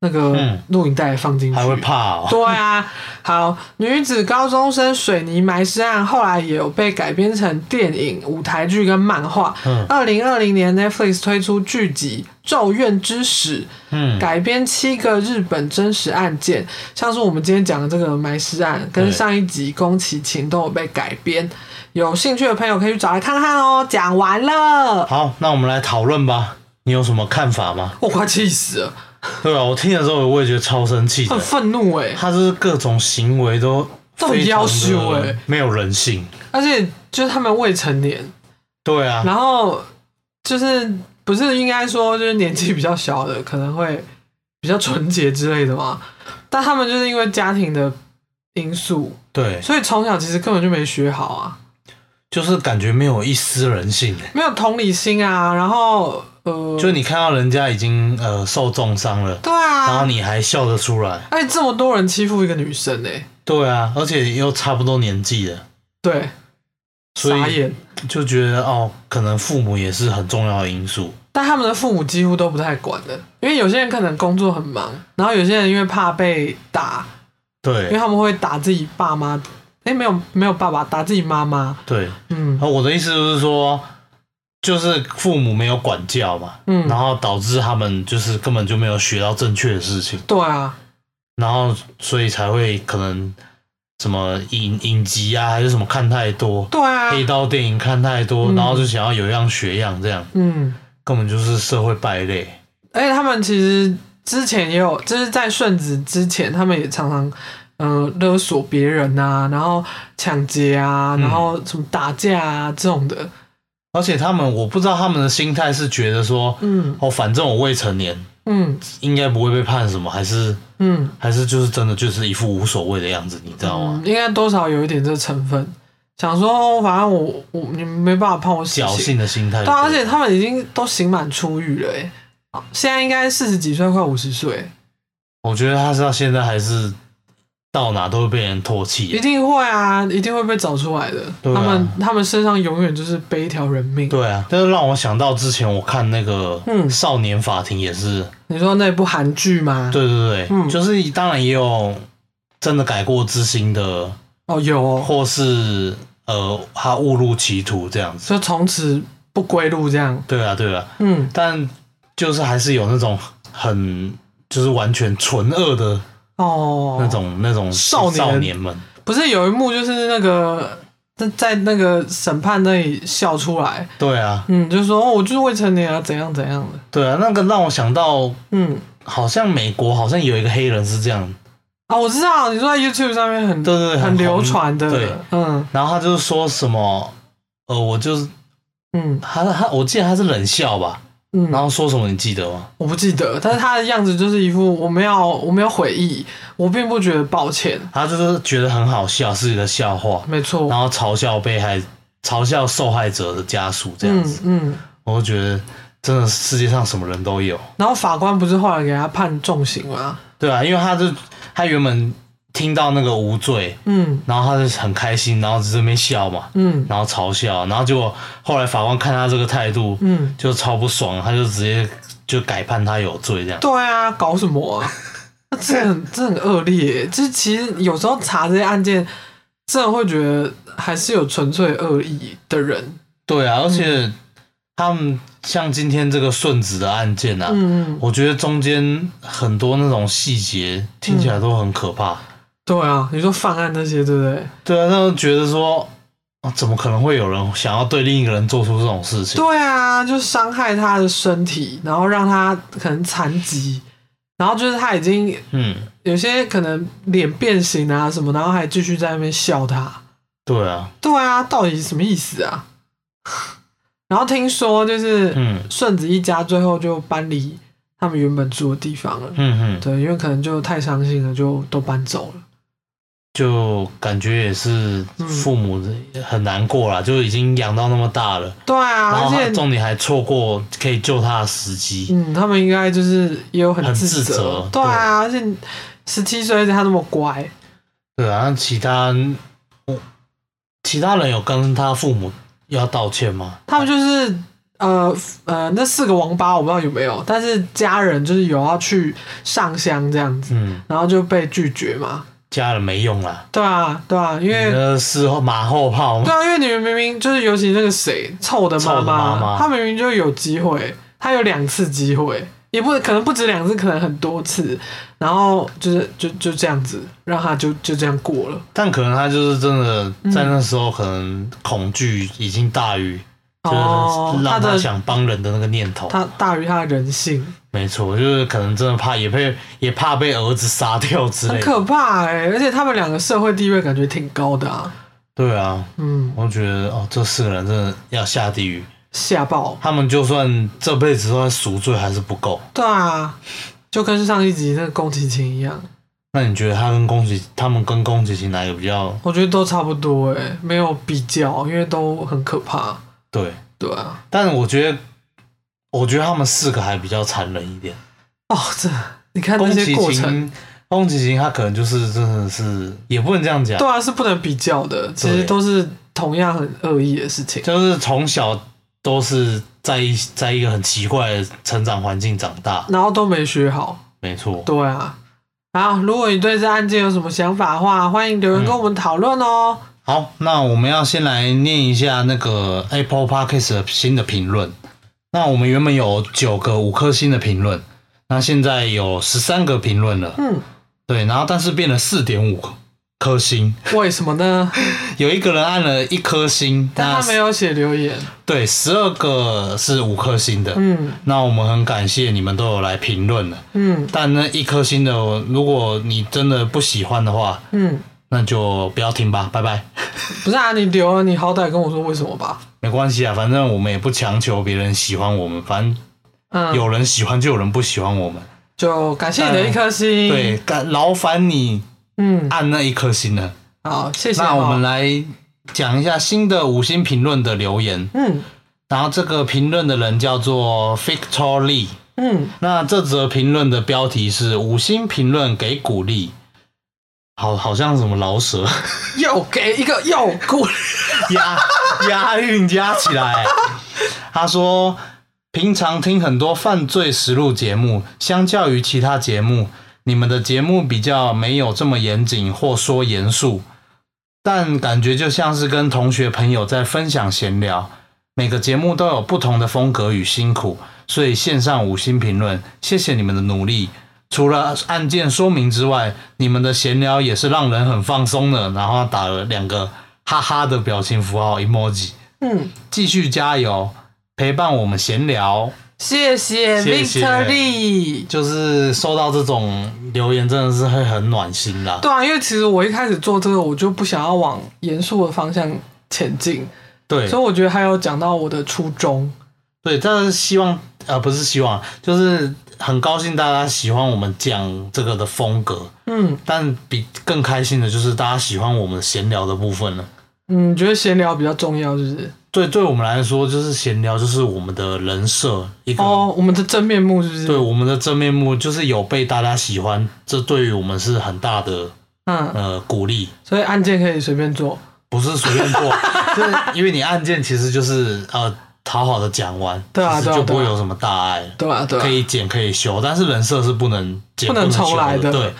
Speaker 1: 那个
Speaker 2: 嗯
Speaker 1: 录影带放进去。
Speaker 2: 还会怕哦。
Speaker 1: 对啊，好，女子高中生水泥埋尸案后来也有被改编成电影、舞台剧跟漫画。
Speaker 2: 嗯
Speaker 1: 二零二零年 Netflix 推出剧集《咒怨之使》，
Speaker 2: 嗯，
Speaker 1: 改编七个日本真实案件，像是我们今天讲的这个埋尸案，跟
Speaker 2: 对
Speaker 1: 上一集宫崎勤都有被改编。有兴趣的朋友可以去找来看看哦。讲完了，
Speaker 2: 好，那我们来讨论吧。你有什么看法吗？
Speaker 1: 我快气死了，
Speaker 2: 对啊，我听的时候我也觉得超生气的
Speaker 1: 很，愤怒哎、
Speaker 2: 他就是各种行为都
Speaker 1: 这么
Speaker 2: 非常
Speaker 1: 要求
Speaker 2: 的
Speaker 1: 欸
Speaker 2: 没有人性。
Speaker 1: 而且就是他们未成年，
Speaker 2: 对啊，
Speaker 1: 然后就是不是应该说就是年纪比较小的可能会比较纯洁之类的嘛？但他们就是因为家庭的因素，
Speaker 2: 对，
Speaker 1: 所以从小其实根本就没学好啊，
Speaker 2: 就是感觉没有一丝人性欸
Speaker 1: 没有同理心啊，然后呃，
Speaker 2: 就是你看到人家已经呃受重伤了，
Speaker 1: 对
Speaker 2: 然后
Speaker 1: 啊，
Speaker 2: 你还笑得出来。
Speaker 1: 而且这么多人欺负一个女生哎、
Speaker 2: 对啊，而且又差不多年纪了，
Speaker 1: 对，
Speaker 2: 所
Speaker 1: 傻
Speaker 2: 以
Speaker 1: 眼。
Speaker 2: 就觉得哦，可能父母也是很重要的因素。
Speaker 1: 但他们的父母几乎都不太管的，因为有些人可能工作很忙，然后有些人因为怕被打，因为
Speaker 2: 对
Speaker 1: 他们会打自己爸妈，哎、没有没有爸爸，打自己妈妈，
Speaker 2: 对，
Speaker 1: 嗯
Speaker 2: 啊，我的意思就是说，就是父母没有管教嘛，
Speaker 1: 嗯
Speaker 2: 然，后导致他们就是根本就没有学到正确的事情，
Speaker 1: 对啊，
Speaker 2: 然后所以才会可能什么影影集啊，还是什么看太多，
Speaker 1: 对啊，
Speaker 2: 黑道电影看太多，
Speaker 1: 嗯
Speaker 2: 然后就想要有样学样，这样
Speaker 1: 嗯，
Speaker 2: 根本就是社会败类。
Speaker 1: 而且他们其实之前也有，就是在顺子之前，他们也常常嗯、呃勒索别人啊，然后抢劫啊，
Speaker 2: 嗯
Speaker 1: 然后什么打架啊这种的，
Speaker 2: 而且他们，我不知道他们的心态是觉得说，
Speaker 1: 嗯
Speaker 2: 哦，反正我未成年，
Speaker 1: 嗯
Speaker 2: 应该不会被判什么，还是
Speaker 1: 嗯，
Speaker 2: 还是就是真的就是一副无所谓的样子，你知道啊吗？
Speaker 1: 嗯应该多少有一点这成分，想说哦反正我我你们没办法判我死
Speaker 2: 侥
Speaker 1: 刑，
Speaker 2: 幸的心态。
Speaker 1: 对啊，而且他们已经都刑满出狱了、欸，哎，现在应该四十几岁，快五十岁，
Speaker 2: 我觉得他是到现在还是到哪都会被人唾弃
Speaker 1: 一。定会啊，一定会被找出来的。
Speaker 2: 对啊
Speaker 1: 他们他们身上永远就是背一条人命。
Speaker 2: 对啊，但是让我想到之前我看那个
Speaker 1: 嗯
Speaker 2: 《少年法庭》也是，
Speaker 1: 你说那部韩剧吗？，
Speaker 2: 对对对，
Speaker 1: 嗯
Speaker 2: 就是当然也有真的改过自新的，
Speaker 1: 哦有哦，
Speaker 2: 或是呃他误入歧途这样子。
Speaker 1: 就从此不归路这样。
Speaker 2: 对啊，对啊，
Speaker 1: 嗯，
Speaker 2: 但就是还是有那种很就是完全纯恶的
Speaker 1: 哦，
Speaker 2: 那种、那种
Speaker 1: 少年
Speaker 2: 少年们，
Speaker 1: 不是有一幕就是那个在在那个审判那里笑出来，
Speaker 2: 对啊，
Speaker 1: 嗯，就说、哦、我就是未成年啊，怎样怎样的，
Speaker 2: 对啊，那个让我想到，
Speaker 1: 嗯。
Speaker 2: 好像美国好像有一个黑人是这样，
Speaker 1: 啊，我知道你说在 YouTube 上面很
Speaker 2: 对对对，
Speaker 1: 很
Speaker 2: 红
Speaker 1: 流传的，
Speaker 2: 对，
Speaker 1: 嗯
Speaker 2: 然后他就是说什么，呃，我就是
Speaker 1: 嗯
Speaker 2: 他他，我记得他是冷笑吧，然
Speaker 1: 嗯，
Speaker 2: 后说什么你记得吗？
Speaker 1: 我不记得，但是他的样子就是一副我没有我没有悔意，我并不觉得抱歉，
Speaker 2: 他就是觉得很好笑，是一个笑话，
Speaker 1: 没错，
Speaker 2: 然后嘲笑被害嘲笑受害者的家属这样子，
Speaker 1: 嗯嗯，
Speaker 2: 我就觉得真的世界上什么人都有。
Speaker 1: 然后法官不是后来给他判重刑吗？
Speaker 2: 对啊，因为他就他原本听到那个无罪，
Speaker 1: 嗯
Speaker 2: 然后他就很开心，然后在这边笑嘛，
Speaker 1: 嗯
Speaker 2: 然后嘲笑，然后结果后来法官看他这个态度，
Speaker 1: 嗯，
Speaker 2: 就超不爽，他就直接就改判他有罪这样。
Speaker 1: 对啊，搞什么啊？ 那这很这很恶劣，就是其实有时候查这些案件，真的会觉得还是有纯粹恶意的人，
Speaker 2: 对啊，而且他们像今天这个顺子的案件啊，
Speaker 1: 嗯嗯，
Speaker 2: 我觉得中间很多那种细节听起来都很可怕。
Speaker 1: 对啊，你说犯案那些对不对？
Speaker 2: 对啊，那就觉得说。啊怎么可能会有人想要对另一个人做出这种事情？
Speaker 1: 对啊，就伤害他的身体，然后让他可能残疾，然后就是他已经
Speaker 2: 嗯，
Speaker 1: 有些可能脸变形啊什么，然后还继续在那边笑他。
Speaker 2: 对啊，
Speaker 1: 对啊，到底什么意思啊？ 然后听说就是
Speaker 2: 嗯
Speaker 1: 顺子一家最后就搬离他们原本住的地方了，
Speaker 2: 嗯嗯，
Speaker 1: 对，因为可能就太伤心了，就都搬走了。
Speaker 2: 就感觉也是父母很难过啦，就已经养到那么大了，
Speaker 1: 对啊，
Speaker 2: 然
Speaker 1: 而
Speaker 2: 后他
Speaker 1: 且
Speaker 2: 重点还错过可以救他的时机。
Speaker 1: 嗯，他们应该就是也有很
Speaker 2: 很
Speaker 1: 自
Speaker 2: 自责
Speaker 1: 对啊，而且十七岁而且他那么乖，
Speaker 2: 对啊，那其他我其他人有跟他父母要道歉吗？
Speaker 1: 他们就是呃呃那四个王八我不知道有没有，但是家人就是有要去上香这样子，
Speaker 2: 嗯，
Speaker 1: 然后就被拒绝嘛。
Speaker 2: 加了没用啦，
Speaker 1: 对啊，对啊，因
Speaker 2: 你
Speaker 1: 为
Speaker 2: 那事后马后炮
Speaker 1: 对，啊，因为你们明明就是，尤其那个谁臭的妈
Speaker 2: 臭的妈妈
Speaker 1: 她明明就有机会，她有两次机会，也不可能不止两次，可能很多次，然后就是就就这样子，让她就就这样过了。
Speaker 2: 但可能他就是真的
Speaker 1: 嗯
Speaker 2: 在那时候可能恐惧已经大于，
Speaker 1: 哦
Speaker 2: 就是让
Speaker 1: 他
Speaker 2: 他
Speaker 1: 的
Speaker 2: 想帮人的那个念头。
Speaker 1: 她大于她的人性，
Speaker 2: 没错，就是可能真的怕，也被也怕被儿子杀掉之
Speaker 1: 很
Speaker 2: 类的。
Speaker 1: 可怕哎、而且他们两个社会地位感觉挺高的啊，
Speaker 2: 对啊，
Speaker 1: 嗯，
Speaker 2: 我觉得哦，这四个人真的要下地狱。
Speaker 1: 吓爆。
Speaker 2: 他们就算这辈子都在赎罪，还是不够。
Speaker 1: 对啊，就跟上一集那个宫崎勤一样，
Speaker 2: 那你觉得他跟宫崎，他们跟宫崎勤哪个比较
Speaker 1: 我觉得都差不多哎、没有比较，因为都很可怕。
Speaker 2: 对？
Speaker 1: 对啊，
Speaker 2: 但我觉得，我觉得他们四个还比较残忍一点。
Speaker 1: 哦，这你看
Speaker 2: 宫
Speaker 1: 那
Speaker 2: 崎
Speaker 1: 些过程，
Speaker 2: 勤，宫崎勤他可能就是真的是，也不能这样讲
Speaker 1: 对，啊是不能比较的，其实都是同样很恶意的事情。
Speaker 2: 就是从小都是在一在一个很奇怪的成长环境长大。
Speaker 1: 然后都没学好。
Speaker 2: 没错，
Speaker 1: 对啊，好，如果你对这案件有什么想法的话，欢迎留言跟我们讨论哦。
Speaker 2: 好，那我们要先来念一下那个 Apple Podcast 的新的评论。那我们原本有九个五颗星的评论，那现在有十三个评论了。
Speaker 1: 嗯，
Speaker 2: 对，然后但是变了四点五颗星，
Speaker 1: 为什么呢？
Speaker 2: 有一个人按了一颗星，
Speaker 1: 但他没
Speaker 2: 有
Speaker 1: 有写留言。
Speaker 2: 对十二个是五颗星的。
Speaker 1: 嗯
Speaker 2: 那我们很感谢你们都有来评论了。
Speaker 1: 嗯
Speaker 2: 但那一颗星的，如果你真的不喜欢的话，
Speaker 1: 嗯，
Speaker 2: 那就不要听吧，拜拜。
Speaker 1: 不是啊，你留了，你好歹跟我说为什么吧。
Speaker 2: 没关系啊，反正我们也不强求别人喜欢我们，反
Speaker 1: 嗯，
Speaker 2: 正有人喜欢就有人不喜欢我们。
Speaker 1: 就感谢你的一颗心。，
Speaker 2: 对，但劳烦你
Speaker 1: 嗯，
Speaker 2: 按那一颗星了。
Speaker 1: 好，谢谢哦。
Speaker 2: 那我们来讲一下新的五星评论的留言，
Speaker 1: 嗯
Speaker 2: 然后这个评论的人叫做 Victor Lee。
Speaker 1: 嗯，
Speaker 2: 那这则评论的标题是“五星评论给鼓励”，好，好像什么老舍。
Speaker 1: 又给一个又鼓励。
Speaker 2: 押押韵加起来。他说，平常听很多犯罪实录节目，相较于其他节目，你们的节目比较没有这么严谨或说严肃，但感觉就像是跟同学朋友在分享闲聊。每个节目都有不同的风格与辛苦，所以线上五星评论，谢谢你们的努力。除了案件说明之外，你们的闲聊也是让人很放松的。然后打了两个哈哈的表情符号 emoji，
Speaker 1: 嗯，
Speaker 2: 继续加油，陪伴我们闲聊。
Speaker 1: 谢谢
Speaker 2: 谢谢
Speaker 1: Victory。
Speaker 2: 就是收到这种留言，真的是会很暖心啦。
Speaker 1: 对啊，因为其实我一开始做这个，我就不想要往严肃的方向前进，
Speaker 2: 对
Speaker 1: 所以我觉得还有讲到我的初衷。
Speaker 2: 对，但是希望呃不是希望，就是很高兴大家喜欢我们讲这个的风格。
Speaker 1: 嗯
Speaker 2: 但比更开心的就是大家喜欢我们闲聊的部分了。
Speaker 1: 嗯，你觉得闲聊比较重要，是不是？
Speaker 2: 对，对我们来说，就是闲聊，就是我们的人设一个，
Speaker 1: 哦，我们的真面目是不是？
Speaker 2: 啊对我们的真面目，就是有被大家喜欢，这对于我们是很大的
Speaker 1: 嗯，
Speaker 2: 呃鼓励。
Speaker 1: 所以案件可以随便做。
Speaker 2: 不是随 便做，就是因为你案件其实就是呃好好的讲完，
Speaker 1: 对啊
Speaker 2: 其实
Speaker 1: 对啊
Speaker 2: 就不会
Speaker 1: 对啊
Speaker 2: 有什么大碍，
Speaker 1: 对啊，对啊
Speaker 2: 可。以剪可以修，但是人设是不能剪
Speaker 1: 不能重
Speaker 2: 修
Speaker 1: 来的
Speaker 2: 对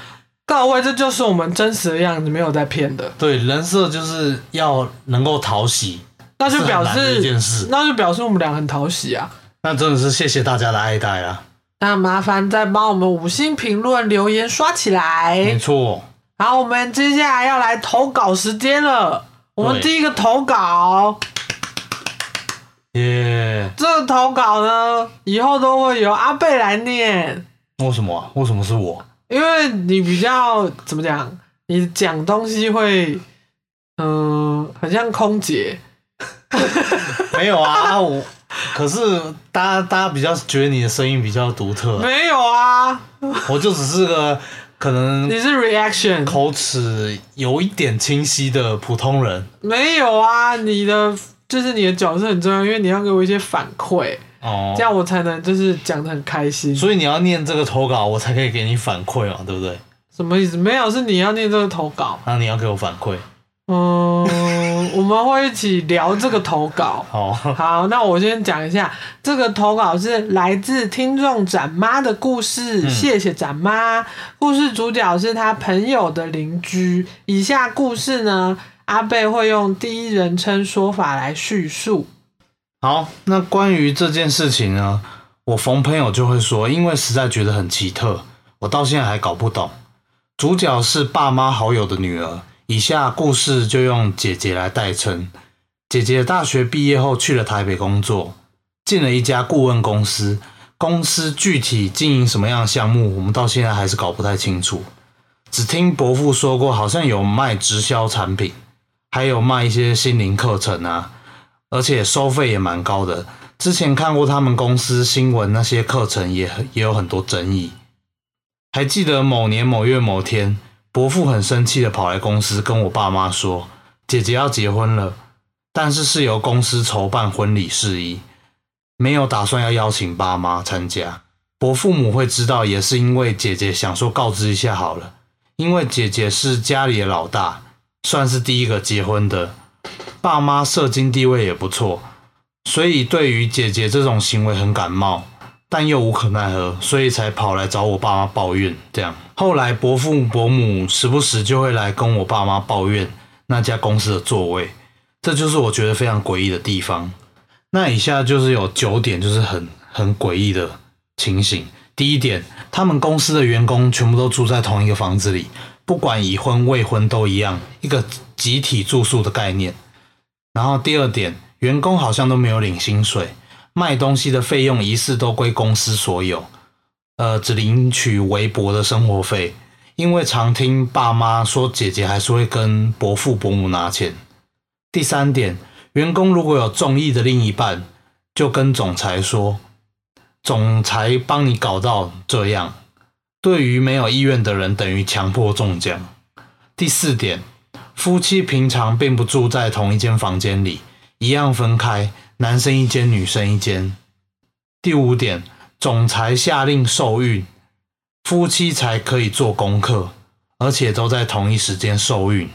Speaker 1: 各位，这就是我们真实的样子，没有在骗的。
Speaker 2: 对，人设就是要能够讨喜，
Speaker 1: 那就表
Speaker 2: 是很难的一件
Speaker 1: 示，
Speaker 2: 事。
Speaker 1: 那就表示我们俩很讨喜啊。
Speaker 2: 那真的是谢谢大家的爱戴啊，
Speaker 1: 那麻烦再帮我们五星评论留言刷起
Speaker 2: 没
Speaker 1: 来。
Speaker 2: 错，
Speaker 1: 好，我们接下来要来投稿时间了。我们
Speaker 2: 对
Speaker 1: 第一个投稿，
Speaker 2: 耶、
Speaker 1: 这个投稿呢，以后都会由阿贝来念，
Speaker 2: 为什么啊、为什么是我？
Speaker 1: 因为你比较怎么讲，你讲东西会，嗯、很像空姐。
Speaker 2: 没有啊，啊我可是大家大家比较觉得你的声音比较独特 啊，
Speaker 1: 没有啊，
Speaker 2: 我就只是个可能
Speaker 1: 你是 reaction，
Speaker 2: 口齿有一点清晰的普通人
Speaker 1: 没有啊，你的就是你的角色很重要，因为你要给我一些反馈，
Speaker 2: 哦
Speaker 1: 这，样我才能就是讲的很开心。
Speaker 2: 所以你要念这个投稿，我才可以给你反馈嘛，对不对？
Speaker 1: 什么意思？没有，是你要念这个投稿。
Speaker 2: 那你要给我反馈，
Speaker 1: 嗯，我我们会一起聊这个投稿。
Speaker 2: 好，
Speaker 1: 好，那我先讲一下，这个投稿是来自听众展妈的故事，谢谢展妈。故事主角是她朋友的邻居。以下故事呢，阿贝会用第一人称说法来叙述。
Speaker 2: 好，那关于这件事情呢，我逢朋友就会说，因为实在觉得很奇特，我到现在还搞不懂。主角是爸妈好友的女儿，以下故事就用姐姐来代称。姐姐大学毕业后去了台北工作，进了一家顾问公司，公司具体经营什么样的项目，我们到现在还是搞不太清楚。只听伯父说过，好像有卖直销产品，还有卖一些心灵课程啊，而且收费也蛮高的。之前看过他们公司新闻，那些课程也很也有很多争议。还记得某年某月某天，伯父很生气的跑来公司跟我爸妈说，姐姐要结婚了，但是是由公司筹办婚礼事宜，没有打算要邀请爸妈参加。伯父母会知道，也是因为姐姐想说告知一下好了，因为姐姐是家里的老大，算是第一个结婚的，爸妈社经地位也不错，所以对于姐姐这种行为很感冒，但又无可奈何，所以才跑来找我爸妈抱怨。这样，后来伯父伯母时不时就会来跟我爸妈抱怨那家公司的座位，这就是我觉得非常诡异的地方。那以下就是有九点，就是很很诡异的情形。第一点，他们公司的员工全部都住在同一个房子里，不管已婚未婚都一样，一个集体住宿的概念。然后第二点，员工好像都没有领薪水，卖东西的费用疑似都归公司所有，呃，只领取微薄的生活费。因为常听爸妈说，姐姐还是会跟伯父伯母拿钱。第三点，员工如果有中意的另一半，就跟总裁说，总裁帮你搞到这样。对于没有意愿的人，等于强迫中奖。第四点，夫妻平常并不住在同一间房间里，一样分开，男生一间，女生一间。第五点，总裁下令受孕，夫妻才可以做功课，而且都在同一时间受孕。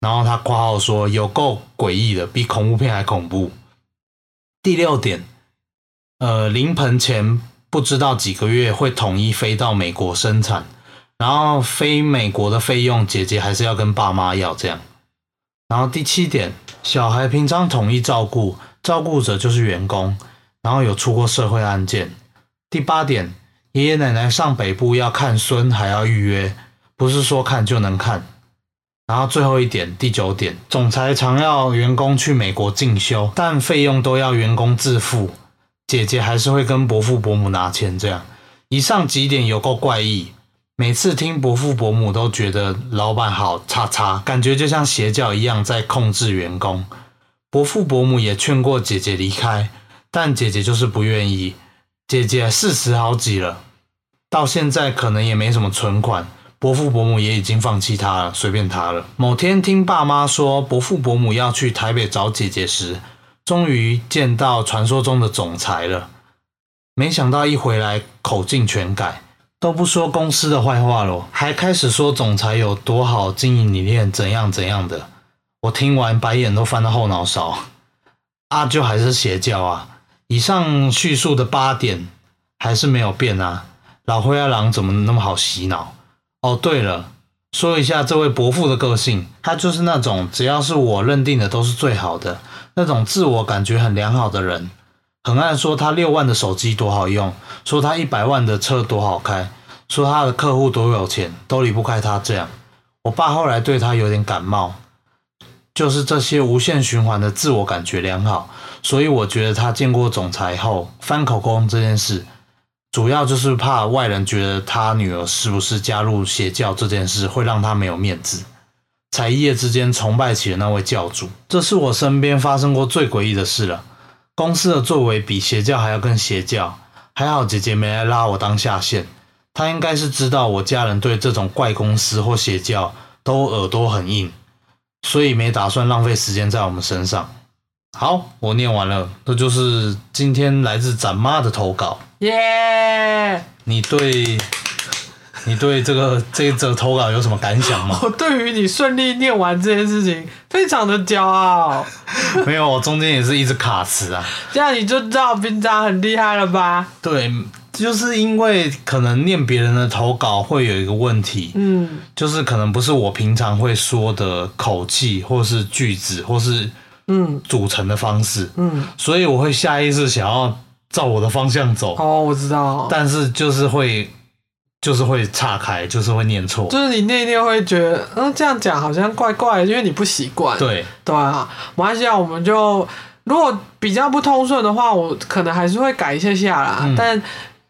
Speaker 2: 然后他括号说有够诡异的，比恐怖片还恐怖。第六点，呃，临盆前不知道几个月会统一飞到美国生产，然后飞美国的费用，姐姐还是要跟爸妈要这样。然后第七点，小孩平常统一照顾，照顾者就是员工，然后有出过社会案件。第八点，爷爷奶奶上北部要看孙还要预约，不是说看就能看。然后最后一点，第九点，总裁常要员工去美国进修，但费用都要员工自付，姐姐还是会跟伯父伯母拿钱这样。以上几点有够怪异，每次听伯父伯母都觉得老板好叉叉，感觉就像邪教一样在控制员工。伯父伯母也劝过姐姐离开，但姐姐就是不愿意。姐姐四十好几了，到现在可能也没什么存款，伯父伯母也已经放弃她了，随便她了。某天听爸妈说伯父伯母要去台北找姐姐时，终于见到传说中的总裁了。没想到一回来口径全改，都不说公司的坏话了，还开始说总裁有多好，经营理念怎样怎样的。我听完白眼都翻到后脑勺。啊，就还是邪教啊！以上叙述的八点还是没有变啊。老灰太狼怎么那么好洗脑？哦，对了，说一下这位伯父的个性，他就是那种只要是我认定的都是最好的，那种自我感觉很良好的人。很爱说他六万的手机多好用，说他一百万的车多好开，说他的客户多有钱，都离不开他这样。我爸后来对他有点感冒，就是这些无限循环的自我感觉良好，所以我觉得他见过总裁后翻口供这件事，主要就是怕外人觉得他女儿是不是加入邪教这件事会让他没有面子，才一夜之间崇拜起了那位教主。这是我身边发生过最诡异的事了。公司的作为比邪教还要更邪教。还好姐姐没来拉我当下线，她应该是知道我家人对这种怪公司或邪教都耳朵很硬，所以没打算浪费时间在我们身上。好，我念完了，这就是今天来自展妈的投稿。
Speaker 1: 耶、
Speaker 2: 你对你对这个这一则投稿有什么感想 吗？
Speaker 1: 我对于你顺利念完这件事情非常的骄傲，
Speaker 2: 没有，我中间也是一直卡词啊。
Speaker 1: 这样你就知道平常很厉害了吧？
Speaker 2: 对，就是因为可能念别人的投稿会有一个问题，
Speaker 1: 嗯，
Speaker 2: 就是可能不是我平常会说的口气，或是句子，或是
Speaker 1: 嗯
Speaker 2: 组成的方式，
Speaker 1: 嗯，
Speaker 2: 所以我会下意识想要照我的方向走，
Speaker 1: 哦，我知道，
Speaker 2: 但是就是会就是会岔开，就是会念错。
Speaker 1: 就是你那一天会觉得，嗯，这样讲好像怪怪的，因为你不习惯。
Speaker 2: 对，
Speaker 1: 对啊，马来西亚我们就如果比较不通顺的话，我可能还是会改一下下啦。
Speaker 2: 嗯
Speaker 1: 但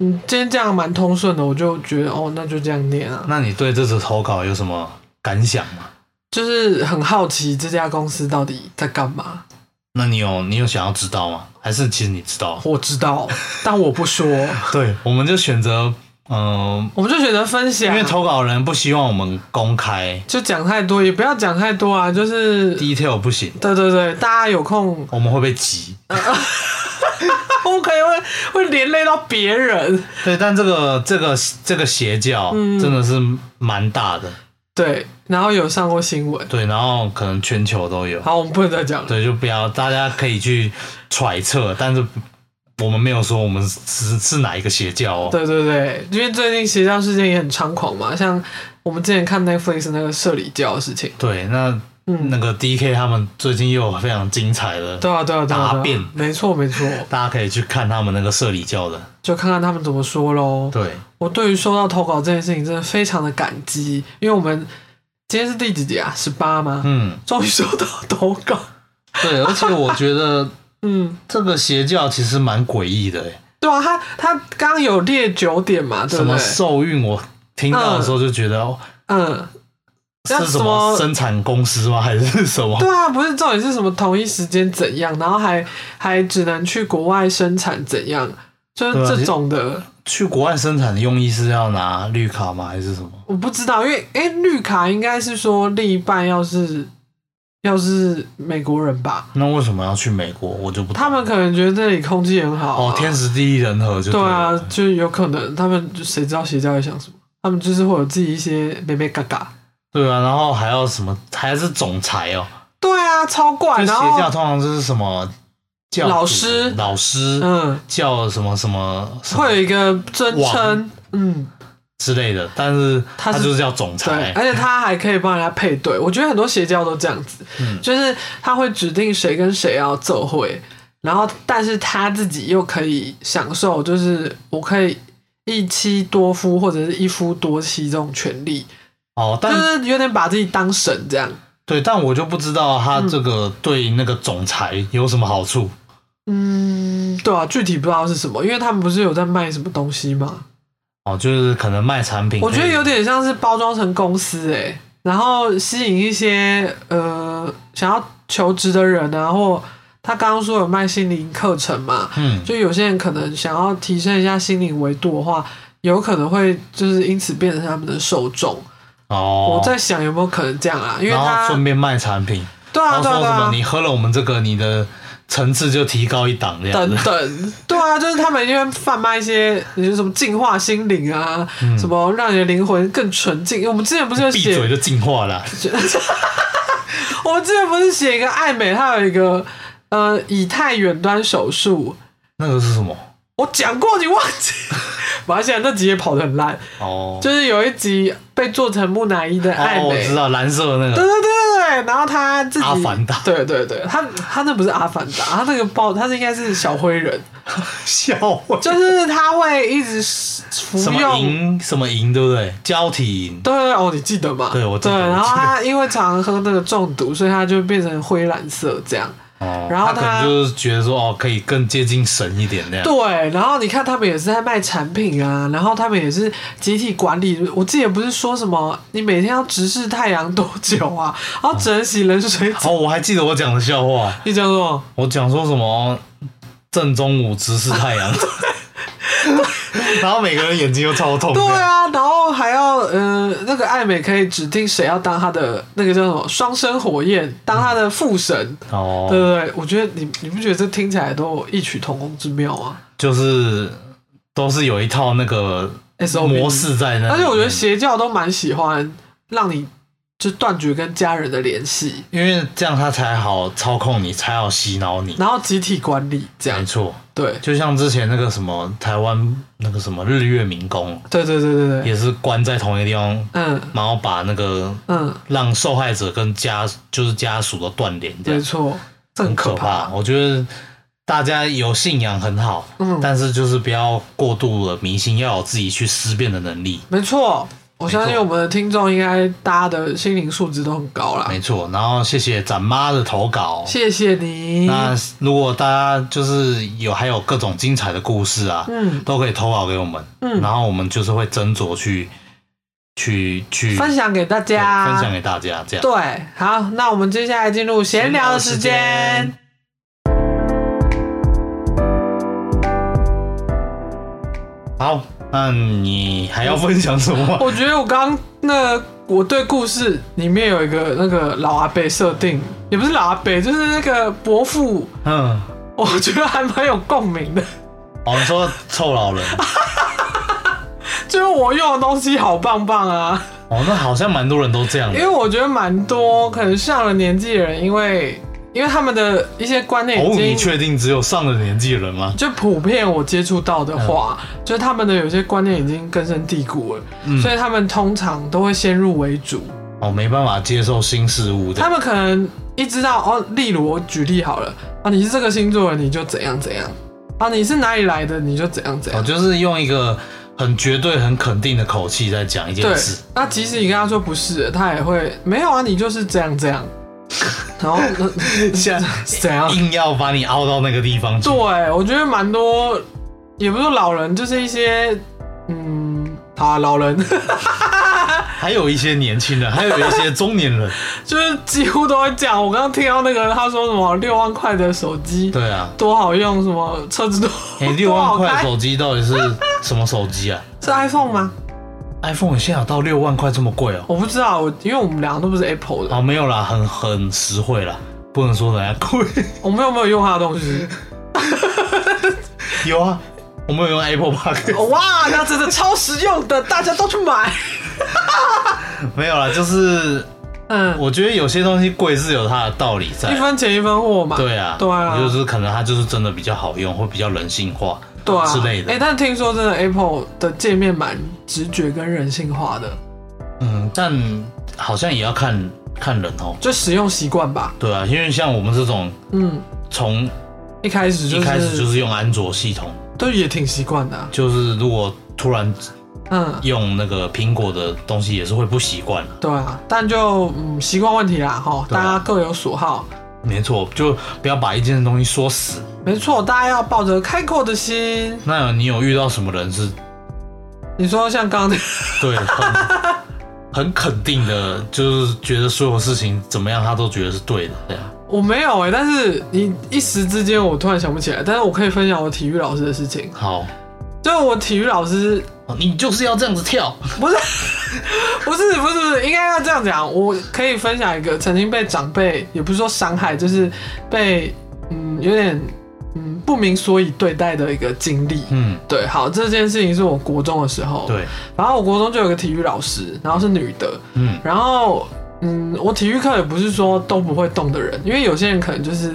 Speaker 1: 你今天这样蛮通顺的，我就觉得哦，那就这样念啊。
Speaker 2: 那你对这次投稿有什么感想吗？
Speaker 1: 就是很好奇这家公司到底在干嘛。
Speaker 2: 那你有你有想要知道吗？还是其实你知道？
Speaker 1: 我 知道，但我不说，
Speaker 2: 对，我们就选择嗯、
Speaker 1: 我们就选择分享
Speaker 2: 因为，投稿人不希望我们公开
Speaker 1: 就讲太多，也不要讲太多啊。就是，
Speaker 2: detail 不行，
Speaker 1: 对对对，大家 有空，
Speaker 2: 我们会被急。
Speaker 1: 我可能会会连累到别人。
Speaker 2: 对，但这个这个这个邪教真的是蛮大的，
Speaker 1: 对，然后有上过新闻。
Speaker 2: 对，然后可能全球都有，
Speaker 1: 好，我们不能再讲了。
Speaker 2: 对，就不要大家可以去揣测，但是我们没有说我们是是哪一个邪教哦。
Speaker 1: 对对对，因为最近邪教事件也很猖狂嘛，像我们之前看 Netflix 那个社里教的事情，
Speaker 2: 对，那
Speaker 1: 嗯
Speaker 2: 那个 D K 他们最近又有非常精彩的，
Speaker 1: 对啊对啊对啊，
Speaker 2: 答
Speaker 1: 对
Speaker 2: 辩
Speaker 1: 啊没错没错，
Speaker 2: 大家可以去看他们那个社里教的。
Speaker 1: 就看看他们怎么说喽。
Speaker 2: 对，
Speaker 1: 我对于收到投稿这件事情真的非常的感激，因为我们今天是第几集啊？十八吗？
Speaker 2: 嗯，
Speaker 1: 终于收到投 稿，
Speaker 2: 对，而且我觉得
Speaker 1: 嗯，
Speaker 2: 这个邪教其实蛮诡异的，哎
Speaker 1: 对啊，他他刚刚有列九点嘛，对
Speaker 2: 什
Speaker 1: 不
Speaker 2: 么
Speaker 1: 对？
Speaker 2: 受孕，我听到的时候就觉得。哦
Speaker 1: 嗯，那
Speaker 2: 是什
Speaker 1: 什
Speaker 2: 么
Speaker 1: 么
Speaker 2: 生产公司吗？还是什么？
Speaker 1: 对啊，不是重点是什么同一时间怎样，然后还还只能去国外生产怎样，就
Speaker 2: 对啊
Speaker 1: 是
Speaker 2: 其
Speaker 1: 这
Speaker 2: 实
Speaker 1: 种的。
Speaker 2: 去国外生产的用意是要拿绿卡吗？还是什么？
Speaker 1: 我不知道，因为哎、绿卡应该是说另一半要是要是美国人吧，
Speaker 2: 那为什么要去美国？我就不懂
Speaker 1: 他们可能觉得这里空气很好、啊。
Speaker 2: 哦，天时地利人和就
Speaker 1: 对啊
Speaker 2: 了，
Speaker 1: 就有可能他们就谁知道邪教在想什么，他们就是会有自己一些美美嘎嘎。
Speaker 2: 对啊，然后还要什么？还是总裁哦？
Speaker 1: 对啊，超怪，
Speaker 2: 就
Speaker 1: 然
Speaker 2: 邪
Speaker 1: 后
Speaker 2: 教通常就是什么教主
Speaker 1: 老师
Speaker 2: 老师
Speaker 1: 嗯，
Speaker 2: 叫什么什么什么
Speaker 1: 会有一个尊称
Speaker 2: 王，
Speaker 1: 嗯，
Speaker 2: 之类的，但是他
Speaker 1: 他是
Speaker 2: 就是叫总
Speaker 1: 对，
Speaker 2: 裁。
Speaker 1: 而且他还可以帮人家配对。我觉得很多邪教都这样子，
Speaker 2: 嗯
Speaker 1: 就是他会指定谁跟谁要奏会，然后但是他自己又可以享受，就是我可以一妻多夫或者是一夫多妻这种权利，
Speaker 2: 哦，
Speaker 1: 就
Speaker 2: 但
Speaker 1: 是有点把自己当神这样。
Speaker 2: 对，但我就不知道他这个对那个总裁有什么好处。
Speaker 1: 嗯，对啊，具体不知道是什么，因为他们不是有在卖什么东西吗？
Speaker 2: 哦，就是可能卖产品可以，
Speaker 1: 我觉得有点像是包装成公司哎、然后吸引一些呃想要求职的人啊，或他刚刚说有卖心灵课程嘛，
Speaker 2: 嗯，
Speaker 1: 就有些人可能想要提升一下心灵维度的话，有可能会就是因此变成他们的受众。
Speaker 2: 哦，
Speaker 1: 我在想有没有可能这样啊？因为
Speaker 2: 然
Speaker 1: 他
Speaker 2: 后顺便卖产品，
Speaker 1: 对
Speaker 2: 然
Speaker 1: 啊
Speaker 2: 后
Speaker 1: 对啊
Speaker 2: 说
Speaker 1: 对
Speaker 2: 什么
Speaker 1: 啊
Speaker 2: 你喝了我们这个，你的层次就提高一档这样
Speaker 1: 等
Speaker 2: 子。
Speaker 1: 等，对啊，就是他们因为贩卖一些你说什么净化心灵啊，什么让你的灵魂更纯净。我们之前不是有
Speaker 2: 嗯闭
Speaker 1: 写
Speaker 2: 嘴就进化了，
Speaker 1: 我们之前不是写一个爱美，它有一个呃以太远端手术，
Speaker 2: 那个是什么？
Speaker 1: 我讲过你忘记？ 马现在那集也跑得很烂，
Speaker 2: 哦，
Speaker 1: 就是有一集被做成木乃伊的爱
Speaker 2: 哦，我
Speaker 1: 美。
Speaker 2: 知道蓝色的那个，
Speaker 1: 对对对对对，然后他自己
Speaker 2: 阿凡达
Speaker 1: 对对对，他他那不是阿凡达，他那个包，他是应该是小灰人，
Speaker 2: 笑话，
Speaker 1: 就是他会一直服
Speaker 2: 什么
Speaker 1: 用
Speaker 2: 银什么银，对不对？胶体银，
Speaker 1: 对对哦，你记得吗？
Speaker 2: 对我记得
Speaker 1: 对，然
Speaker 2: 我记
Speaker 1: 后
Speaker 2: 得
Speaker 1: 他因为常喝那个中毒，所以他就变成灰蓝色这样。
Speaker 2: 哦，
Speaker 1: 然后
Speaker 2: 他可能
Speaker 1: 他
Speaker 2: 就是觉得说，哦，可以更接近神一点那样。
Speaker 1: 对，然后你看他们也是在卖产品啊，然后他们也是集体管理。我记得不是说什么你每天要直视太阳多久啊，然后只能洗冷水澡。
Speaker 2: 哦，我还记得我讲的笑话，
Speaker 1: 你讲什么？
Speaker 2: 我讲说什么正中午直视太 阳， 然后每个人眼睛都超痛的。
Speaker 1: 对啊，然后还要呃，那个爱美可以指定谁要当他的那个叫什么双生火焰，当他的父神，
Speaker 2: 哦，
Speaker 1: 对对对，我觉得你你不觉得这听起来都有异曲同工之妙吗？
Speaker 2: 就是都是有一套那个
Speaker 1: SOP
Speaker 2: 模式在那里面。
Speaker 1: 而且我觉得邪教都蛮喜欢让你就断绝跟家人的联系，
Speaker 2: 因为这样他才好操控你，才好洗脑你。
Speaker 1: 然后集体管理这样
Speaker 2: 没。错，
Speaker 1: 对，
Speaker 2: 就像之前那个什么台湾那个什么日月民工，
Speaker 1: 对对对对对，
Speaker 2: 也是关在同一个地方，
Speaker 1: 嗯
Speaker 2: 然后把那个
Speaker 1: 嗯，
Speaker 2: 让受害者跟家就是家属都断联，这
Speaker 1: 没
Speaker 2: 样
Speaker 1: 错，这很
Speaker 2: 很可怕。我觉得大家有信仰很好，
Speaker 1: 嗯
Speaker 2: 但是就是不要过度了迷信，要有自己去思辨的能力。
Speaker 1: 没错，我相信我们的听众应该大家的心灵素质都很高啦。
Speaker 2: 没错，然后谢谢展妈的投稿。
Speaker 1: 谢谢你，
Speaker 2: 那如果大家就是有还有各种精彩的故事啊，
Speaker 1: 嗯
Speaker 2: 都可以投稿给我们，
Speaker 1: 嗯
Speaker 2: 然后我们就是会斟酌去去去
Speaker 1: 分享给大
Speaker 2: 对
Speaker 1: 家，
Speaker 2: 分享给大家，这样
Speaker 1: 对，好，那我们接下来进入闲聊的时间。
Speaker 2: 好，那你还要分享什么？
Speaker 1: 我觉得我刚那我对故事里面有一个那个老阿伯设定，也不是老阿伯，就是那个伯父，
Speaker 2: 嗯，
Speaker 1: 我觉得还蛮有共鸣的。
Speaker 2: 我们说臭老 人，
Speaker 1: 就是我用的东西好棒棒啊，
Speaker 2: 哦，那好像蛮多人都这样
Speaker 1: 因
Speaker 2: 的
Speaker 1: 为，我觉得蛮多可能上了年纪的人，因为因为他们的一些观念
Speaker 2: 哦，
Speaker 1: 已
Speaker 2: 你
Speaker 1: 经
Speaker 2: 确定只有上了年纪的人吗？
Speaker 1: 就普遍我接触到的话，就是他们的有些观念已经根深蒂固了，
Speaker 2: 嗯
Speaker 1: 所以他们通常都会先入为主。
Speaker 2: 哦，没办法接受新事物的
Speaker 1: 他，们可能一知道哦，例如我举例好了啊，你是这个星座的，你就怎样怎样啊，你是哪里来的，你就怎样怎
Speaker 2: 哦，
Speaker 1: 样。
Speaker 2: 就是用一个很绝对、很肯定的口气在讲一件
Speaker 1: 对
Speaker 2: 事，，
Speaker 1: 那即使你跟他说不是，他也会没有啊，你就是这样 这样。然后那
Speaker 2: 像
Speaker 1: 怎样？
Speaker 2: 硬要把你凹到那个地方去
Speaker 1: 对，，我觉得蛮多，也不是说老人，就是一些嗯，啊，老人
Speaker 2: 还有一些年轻人，还有一些中年 人，
Speaker 1: 就是几乎都会讲。我刚刚听到那个他说什么六万块的手机
Speaker 2: 对啊，
Speaker 1: 多好用，什么车子多
Speaker 2: 哎、六
Speaker 1: 多
Speaker 2: 万
Speaker 1: 好
Speaker 2: 块
Speaker 1: 开，
Speaker 2: 手机到底是什么手机啊
Speaker 1: 是 iPhone 吗？
Speaker 2: ？iPhone 现在有到六万块这么贵哦、
Speaker 1: 我不知道，我因为我们两个都不是 Apple 的，
Speaker 2: 哦，没有啦，很很实惠啦，不能说人家 贵。
Speaker 1: 我们有没有用它的东 西？
Speaker 2: 有啊，我们有用 Apple Park，
Speaker 1: 哇，那真的超实用的，大家都去买。
Speaker 2: 没有啦，就是
Speaker 1: 嗯，
Speaker 2: 我觉得有些东西贵是有它的道理在
Speaker 1: 一。分钱一分货嘛。
Speaker 2: 对啊，
Speaker 1: 对啊，
Speaker 2: 就是可能它就是真的比较好用，或比较人性化，
Speaker 1: 对啊
Speaker 2: 之类的。
Speaker 1: 哎、但听说真的 Apple 的界面蛮直觉跟人性化的，
Speaker 2: 嗯，但好像也要看看人哦。
Speaker 1: 就使用习惯吧。
Speaker 2: 对啊，因为像我们这种
Speaker 1: 嗯，
Speaker 2: 从
Speaker 1: 一开始就
Speaker 2: 一
Speaker 1: 是
Speaker 2: 开始就是用安卓系统，
Speaker 1: 都也挺习惯的啊、
Speaker 2: 就是如果突然
Speaker 1: 嗯，
Speaker 2: 用那个苹果的东西也是会不习惯的。
Speaker 1: 对啊，但就嗯习惯问题啦，哈，
Speaker 2: 对啊
Speaker 1: 大家各有所好。
Speaker 2: 没错，就不要把一件东西说死。
Speaker 1: 没错，大家要抱着开阔的心。
Speaker 2: 那你有遇到什么人是
Speaker 1: 你说像刚刚那
Speaker 2: 对很很肯定的，就是觉得所有事情怎么样他都觉得是对的，对啊，
Speaker 1: 我没有哎、但是你一时之间我突然想不起来，但是我可以分享我体育老师的事情。
Speaker 2: 好，哦
Speaker 1: 就是我体育老师
Speaker 2: 你就是要这样子跳，
Speaker 1: 不是不是不是不是，应该要这样讲，我可以分享一个曾经被长辈也不是说伤害，就是被嗯有点嗯不明所以对待的一个经历。
Speaker 2: 嗯，
Speaker 1: 对，好，这件事情是我国中的时候，，
Speaker 2: 对，
Speaker 1: 然后我国中就有个体育老师，然后是女的，
Speaker 2: 嗯，
Speaker 1: 然后，嗯，我体育课也不是说都不会动的人，因为有些人可能就是，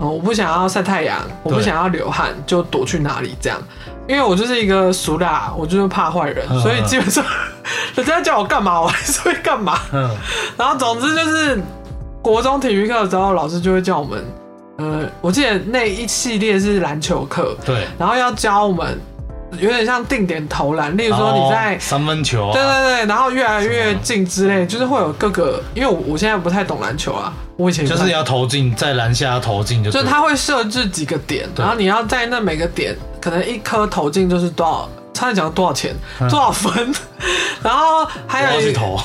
Speaker 1: 嗯，我不想要晒太阳，我不想要流汗，就躲去哪里这样。因为我就是一个俗辣，我就是怕坏人，
Speaker 2: 嗯
Speaker 1: 所以基本上 人家叫我干嘛，我还是会 干嘛。
Speaker 2: 嗯，
Speaker 1: 然后总之就是国中体育课的时候，老师就会叫我们，呃，我记得那一系列是篮球课，
Speaker 2: 对。
Speaker 1: 然后要教我们有点像定点投篮，例如说你在
Speaker 2: 哦三分球、啊，
Speaker 1: 对对对，然后越来越近之
Speaker 2: 嗯
Speaker 1: 类，就是会有各个，因为我我现在不太懂篮球啊，我以前也
Speaker 2: 就
Speaker 1: 不太
Speaker 2: 是要投进，在篮下要投进就
Speaker 1: 就
Speaker 2: 对
Speaker 1: 是
Speaker 2: 了，
Speaker 1: 他会设置几个点，
Speaker 2: 对
Speaker 1: 然后你要在那每个点，可能一颗投进就是多少，差点讲多少钱，多少分， 然后
Speaker 2: 嗯我
Speaker 1: 还
Speaker 2: 要
Speaker 1: 有
Speaker 2: 去
Speaker 1: 一
Speaker 2: 投，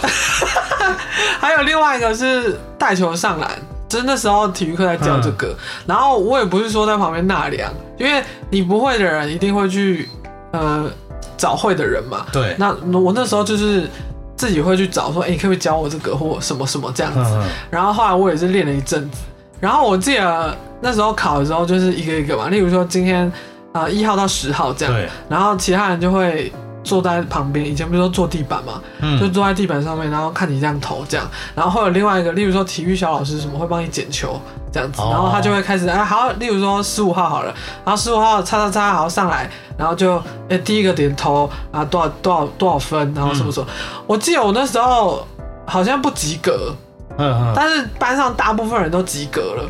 Speaker 1: 还有另外一个是带球上篮。就是那时候体育课在教这个，
Speaker 2: 嗯
Speaker 1: 然后我也不是说在旁边纳凉，因为你不会的人一定会去呃找会的人嘛，
Speaker 2: 对，
Speaker 1: 那我那时候就是自己会去找说，哎、你可不可以教我这个或什么什么这样
Speaker 2: 嗯
Speaker 1: 子。
Speaker 2: 嗯
Speaker 1: 然后后来我也是练了一阵子，然后我记得那时候考的时呃候就是一个一个嘛，例如说今天啊一、号到十号这样，
Speaker 2: 对，
Speaker 1: 然后其他人就会坐在旁边，以前不是都坐地板嘛，
Speaker 2: 嗯
Speaker 1: 就坐在地板上面，然后看你这样投这样，然后会有另外一个，例如说体育小老师什么会帮你捡球这样子，
Speaker 2: 哦
Speaker 1: 然后他就会开始哎好，例如说十五号好了，然后十五号叉叉叉好上来，然后就哎第一个点投啊多少多少多少分，然后什么什么，我记得我那时候好像不及格，
Speaker 2: 嗯嗯，
Speaker 1: 但是班上大部分人都及格了。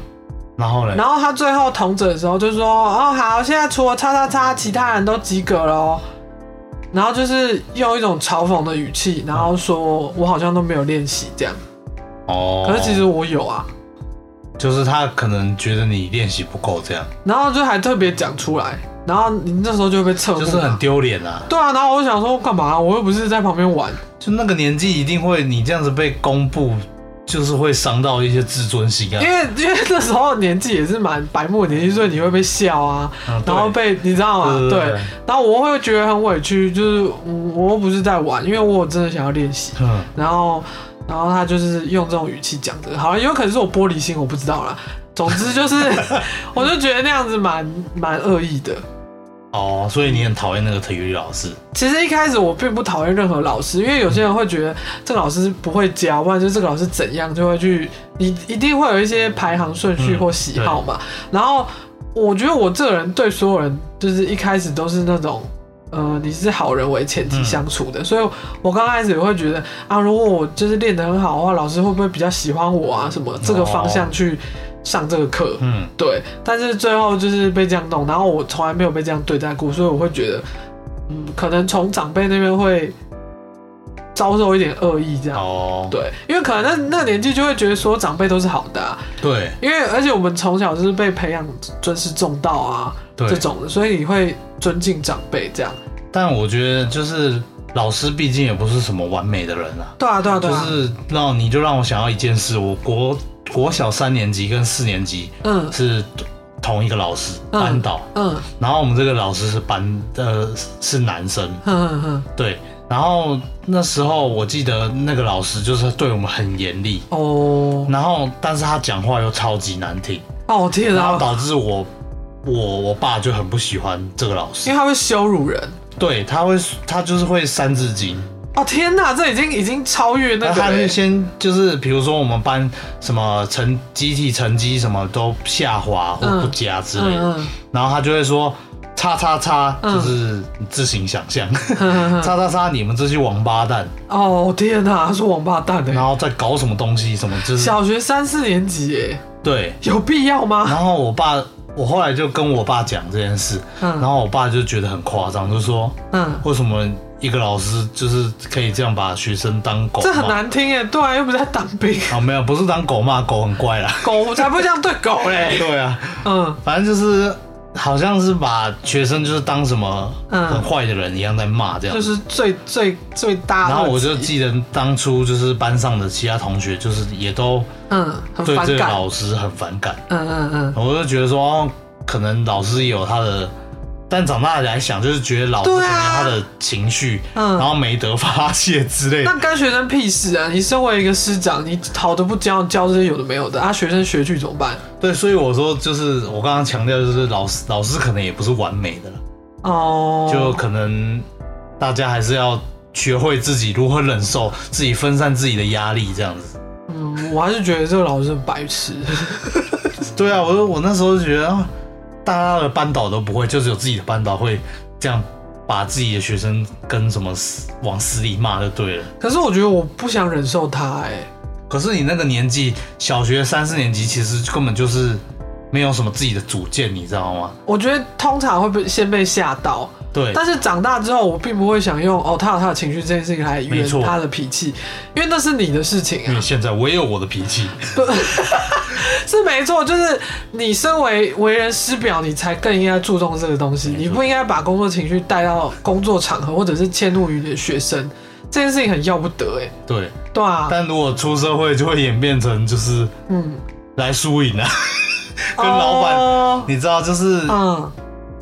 Speaker 2: 然后嘞，
Speaker 1: 然后他最后同诊的时候就说：“哦，好，现在除了叉叉叉，其他人都及格了哦。”然后就是用一种嘲讽的语气，然后说：“我好像都没有练习这样。”
Speaker 2: 哦，
Speaker 1: 可是其实我有啊。
Speaker 2: 就是他可能觉得你练习不够，这样
Speaker 1: 然后就还特别讲出来，然后你那时候就会被侧目
Speaker 2: 就
Speaker 1: 嘛。
Speaker 2: 是很丢脸啊。
Speaker 1: 对啊，然后我就想说干嘛、啊我又不是在旁边玩。
Speaker 2: 就那个年纪一定会，你这样子被公布，就是会伤到一些自尊心啊
Speaker 1: 因。为 因为那时候年纪也是蛮白目的年纪，所以你会被笑啊，
Speaker 2: 嗯
Speaker 1: 然后被你知道吗？
Speaker 2: 对对
Speaker 1: 对
Speaker 2: 对对，
Speaker 1: 然后我会觉得很委屈，就是嗯，我又不是在玩，因为我真的想要练习。
Speaker 2: 嗯，
Speaker 1: 然后，然后他就是用这种语气讲的，好像有可能是我玻璃心，我不知道啦。总之就是， 我就觉得那样子蛮蛮恶意的。
Speaker 2: 哦，所以你很讨厌那个体育老师。
Speaker 1: 其实一开始我并不讨厌任何老师，因为有些人会觉得这个老师不会教，不然就是这个老师怎样，就会去你一定会有一些排行顺序或喜好嘛。然后我觉得我这个人对所有人就是一开始都是那种。呃，你是好人为前提相处的，所以我刚开始也会觉得啊，如果我就是练得很好的话，老师会不会比较喜欢我啊？什么这个方向去上这个课？
Speaker 2: 嗯，
Speaker 1: 对，但是最后就是被这样弄，然后我从来没有被这样对待过，所以我会觉得，嗯，可能从长辈那边会遭受一点恶意这样。
Speaker 2: 哦，
Speaker 1: 对，因为可能那那个年纪就会觉得说长辈都是好的、啊，
Speaker 2: 对
Speaker 1: 因为而且我们从小就是被培养尊师重道啊
Speaker 2: 对
Speaker 1: 这种的，所以你会尊敬长辈这样。
Speaker 2: 但我觉得就是老师，毕竟也不是什么完美的人啊。
Speaker 1: 对啊，对啊，对
Speaker 2: 就
Speaker 1: 啊，
Speaker 2: 是让你就让我想到一件事，我国国小三年级跟四年级
Speaker 1: 嗯
Speaker 2: 是同一个老师
Speaker 1: 嗯
Speaker 2: 班导，
Speaker 1: 嗯
Speaker 2: 然后我们这个老师是班呃是男生，
Speaker 1: 哼哼哼，
Speaker 2: 对。然后那时候我记得那个老师就是对我们很严厉，
Speaker 1: 哦
Speaker 2: 然后但是他讲话又超级难听，
Speaker 1: 哦天
Speaker 2: 然后
Speaker 1: 啊，
Speaker 2: 导致我我我爸就很不喜欢这个老
Speaker 1: 因
Speaker 2: 师
Speaker 1: 为，他会羞辱人。
Speaker 2: 对他会他就是会三字经，
Speaker 1: 哦天哪，这已经已经超越
Speaker 2: 那
Speaker 1: 那个、
Speaker 2: 他就
Speaker 1: 欸。
Speaker 2: 先就是比如说我们班什么成集体成绩什么都下滑或不佳之类的，
Speaker 1: 嗯嗯
Speaker 2: 然后他就会说。叉叉叉，
Speaker 1: 嗯
Speaker 2: 就是你自行想 象。
Speaker 1: 哼哼
Speaker 2: 叉叉叉，你们这些王八蛋，
Speaker 1: 哦天哪，他是王八蛋哎、
Speaker 2: 然后在搞什么东西？什么就是
Speaker 1: 小学三四年级哎、
Speaker 2: 对。
Speaker 1: 有必要吗？
Speaker 2: 然后我爸，我后来就跟我爸讲这件事，
Speaker 1: 嗯
Speaker 2: 然后我爸就觉得很夸张，就说
Speaker 1: 嗯，
Speaker 2: 为什么一个老师就是可以这样把学生当狗骂？
Speaker 1: 这很难听哎、对啊，又不是在当 兵，
Speaker 2: 啊，没有，不是当狗骂，狗很乖啦。
Speaker 1: 狗才不会这样对狗嘞、
Speaker 2: 对啊，
Speaker 1: 嗯
Speaker 2: 反正就是好像是把学生就是当什么
Speaker 1: 嗯
Speaker 2: 很坏的人一样在骂这样。
Speaker 1: 就是最最最大的。
Speaker 2: 然后我就记得当初就是班上的其他同学，就是也都
Speaker 1: 嗯很
Speaker 2: 对
Speaker 1: 反
Speaker 2: 这个
Speaker 1: 感，
Speaker 2: 老师很反感。
Speaker 1: 嗯嗯嗯，
Speaker 2: 我就觉得说，哦，可能老师也有他的，但长大来想，就是觉得老师可
Speaker 1: 对
Speaker 2: 能
Speaker 1: 啊
Speaker 2: 他的情绪，
Speaker 1: 嗯
Speaker 2: 然后没得发泄之类的
Speaker 1: 那。干学生屁事啊！你身为一个师长，你好的不教，教这些有的没有的啊，学生学去怎么办？
Speaker 2: 对，所以我说就是我刚刚强调，就是老师老师可能也不是完美的啦，
Speaker 1: 哦，
Speaker 2: 就可能大家还是要学会自己如何忍受， 自己分散自己的压力这样子。
Speaker 1: 嗯，我还是觉得这个老师很白痴。
Speaker 2: 对啊，我我那时候就觉得，啊大家的班导都不会，就只有自己的班导会这样把自己的学生跟什么死往死里骂就对了。
Speaker 1: 可是我觉得我不想忍受他哎、
Speaker 2: 可是你那个年纪，小学三四年级，其实根本就是没有什么自己的主见，你知道吗？
Speaker 1: 我觉得通常会被先被吓到，
Speaker 2: 对，
Speaker 1: 但是长大之后，我并不会想用哦，他有他的情绪这件事情来
Speaker 2: 没
Speaker 1: 圆
Speaker 2: 错嗯
Speaker 1: 他的脾气，因为那是你的事情
Speaker 2: 因为
Speaker 1: 啊，
Speaker 2: 现在我也有我的脾气。
Speaker 1: 是没错。就是你身为为人师表，你才更应该注重这个东西，你不应该把工作情绪带到工作场合，或者是迁怒于你的学生，这件事情很要不得哎、
Speaker 2: 对，
Speaker 1: 对啊，
Speaker 2: 但如果出社会，就会演变成就是
Speaker 1: 嗯，
Speaker 2: 来输赢啊， 跟老板，
Speaker 1: 哦
Speaker 2: 你知道，就是、
Speaker 1: 嗯，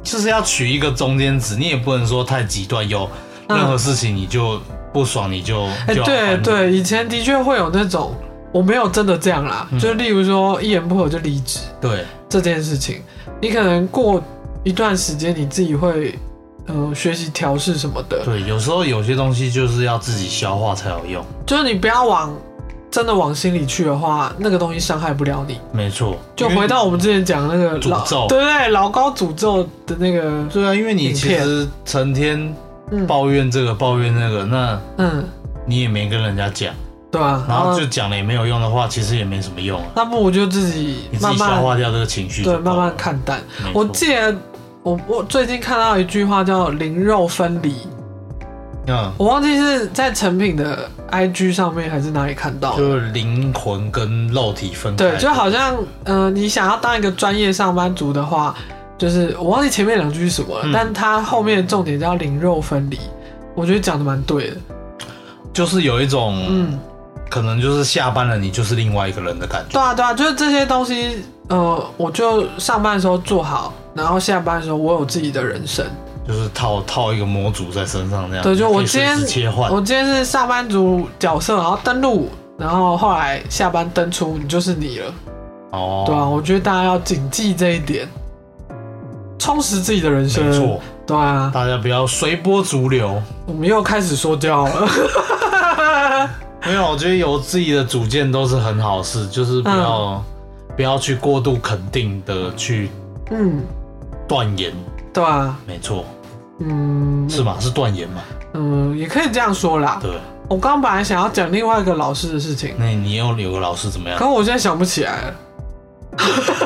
Speaker 2: 就是要取一个中间值，你也不能说太极端，有任何事情你就不爽，你就
Speaker 1: 哎、
Speaker 2: 就要
Speaker 1: 对
Speaker 2: 反
Speaker 1: 对，以前的确会有那种，我没有真的这样啦，
Speaker 2: 嗯
Speaker 1: 就例如说一言不合就离职，
Speaker 2: 对
Speaker 1: 这件事情，你可能过一段时间你自己会呃学习调试什么的，
Speaker 2: 对，有时候有些东西就是要自己消化才有用。
Speaker 1: 就是你不要往真的往心里去的话，那个东西伤害不了你。
Speaker 2: 没错，
Speaker 1: 就
Speaker 2: 因为
Speaker 1: 回到我们之前讲那个老
Speaker 2: 诅咒
Speaker 1: 对对，老高诅咒的那个，
Speaker 2: 对啊，因为你其实成天
Speaker 1: 嗯
Speaker 2: 抱怨这个抱怨那个，那
Speaker 1: 嗯，
Speaker 2: 你也没跟人家讲，
Speaker 1: 对啊，
Speaker 2: 然后就讲了也没有用的话，其实也没什么用啊。
Speaker 1: 那不我就自己
Speaker 2: 你自
Speaker 1: 慢
Speaker 2: 己消
Speaker 1: 慢
Speaker 2: 化掉这个情绪就够
Speaker 1: 对
Speaker 2: 了，
Speaker 1: 慢慢看淡。
Speaker 2: 没错。
Speaker 1: 我记得我我最近看到一句话叫“灵肉分离”，
Speaker 2: 嗯，
Speaker 1: 我忘记是在成品的 IG 上面还是哪里看到的。
Speaker 2: 就是灵魂跟肉体分开，
Speaker 1: 对，就好像呃，你想要当一个专业上班族的话，就是我忘记前面两句是什么了，
Speaker 2: 嗯
Speaker 1: 但它后面的重点叫“灵肉分离”，我觉得讲的蛮对的。
Speaker 2: 就是有一种，
Speaker 1: 嗯，
Speaker 2: 可能就是下班了，你就是另外一个人的感觉。
Speaker 1: 对啊，对啊，就是这些东西，呃，我就上班的时候做好，然后下班的时候我有自己的人生。
Speaker 2: 就是套套一个模组在身上这样。
Speaker 1: 对，就
Speaker 2: 啊你可
Speaker 1: 我
Speaker 2: 以随
Speaker 1: 今
Speaker 2: 时
Speaker 1: 天
Speaker 2: 切换，
Speaker 1: 我今天是上班族角色，然后登录，然后后来下班登出，你就是你了，
Speaker 2: 哦，
Speaker 1: 对啊，我觉得大家要谨记这一点，充实自己的人生。
Speaker 2: 没错，
Speaker 1: 对啊，
Speaker 2: 大家不要随波逐流。
Speaker 1: 我们又开始说教了。
Speaker 2: 没有，我觉得有自己的主见都是很好事，就是不要、不要去过度肯定的去
Speaker 1: 嗯，
Speaker 2: 断言。
Speaker 1: 对啊，
Speaker 2: 没错，
Speaker 1: 嗯
Speaker 2: 是吧？是断言嘛？
Speaker 1: 嗯，也可以这样说啦。
Speaker 2: 对，
Speaker 1: 我刚本来想要讲另外一个老师的事情，
Speaker 2: 那你又有个老师怎么样
Speaker 1: 可？我现在想不起来了。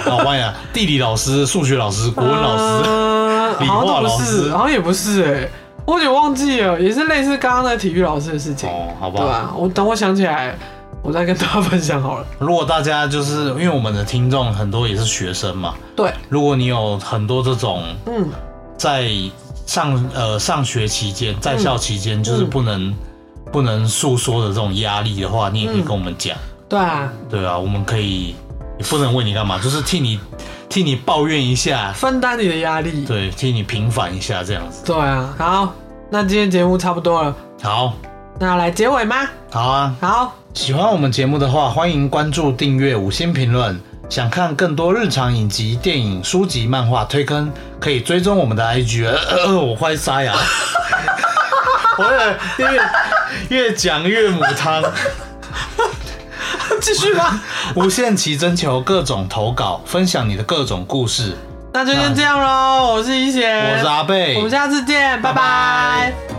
Speaker 2: 老外啊，地理老师、数学老师、国文老师，
Speaker 1: 嗯
Speaker 2: 理化
Speaker 1: 好像都
Speaker 2: 老
Speaker 1: 不是，
Speaker 2: 师
Speaker 1: 好像也不是哎、我有点忘记了，也是类似刚刚那体育老师的事情。
Speaker 2: 哦，好不
Speaker 1: 对
Speaker 2: 好？
Speaker 1: 啊，我等我想起来，我再跟大家分享好了。
Speaker 2: 如果大家就是因为我们的听众很多也是学生嘛，
Speaker 1: 对，
Speaker 2: 如果你有很多这种
Speaker 1: 嗯，
Speaker 2: 在上呃上学期间，在校期间，就是不能、不能诉说的这种压力的话，你也可以跟我们讲，
Speaker 1: 对啊，
Speaker 2: 对啊，我们可以也不能为你干嘛，就是替你替你抱怨一下，
Speaker 1: 分担你的压力。
Speaker 2: 对，替你平反一下这样子。
Speaker 1: 对啊，好，那今天节目差不多了，
Speaker 2: 好，
Speaker 1: 那来结尾吗？
Speaker 2: 好啊，
Speaker 1: 好，
Speaker 2: 喜欢我们节目的话，欢迎关注、订阅、五星评论。想看更多日常影集、电影、书籍、漫画推坑，可以追踪我们的 IG。呃呃呃，我快塞牙， 我越越讲越母汤。
Speaker 1: 继续吧。
Speaker 2: 无限期征求各种投稿，分享你的各种故事。
Speaker 1: 哎那就先这样喽，我是一贤，
Speaker 2: 我是阿贝，
Speaker 1: 我们下次见，
Speaker 2: 拜
Speaker 1: 拜拜
Speaker 2: 拜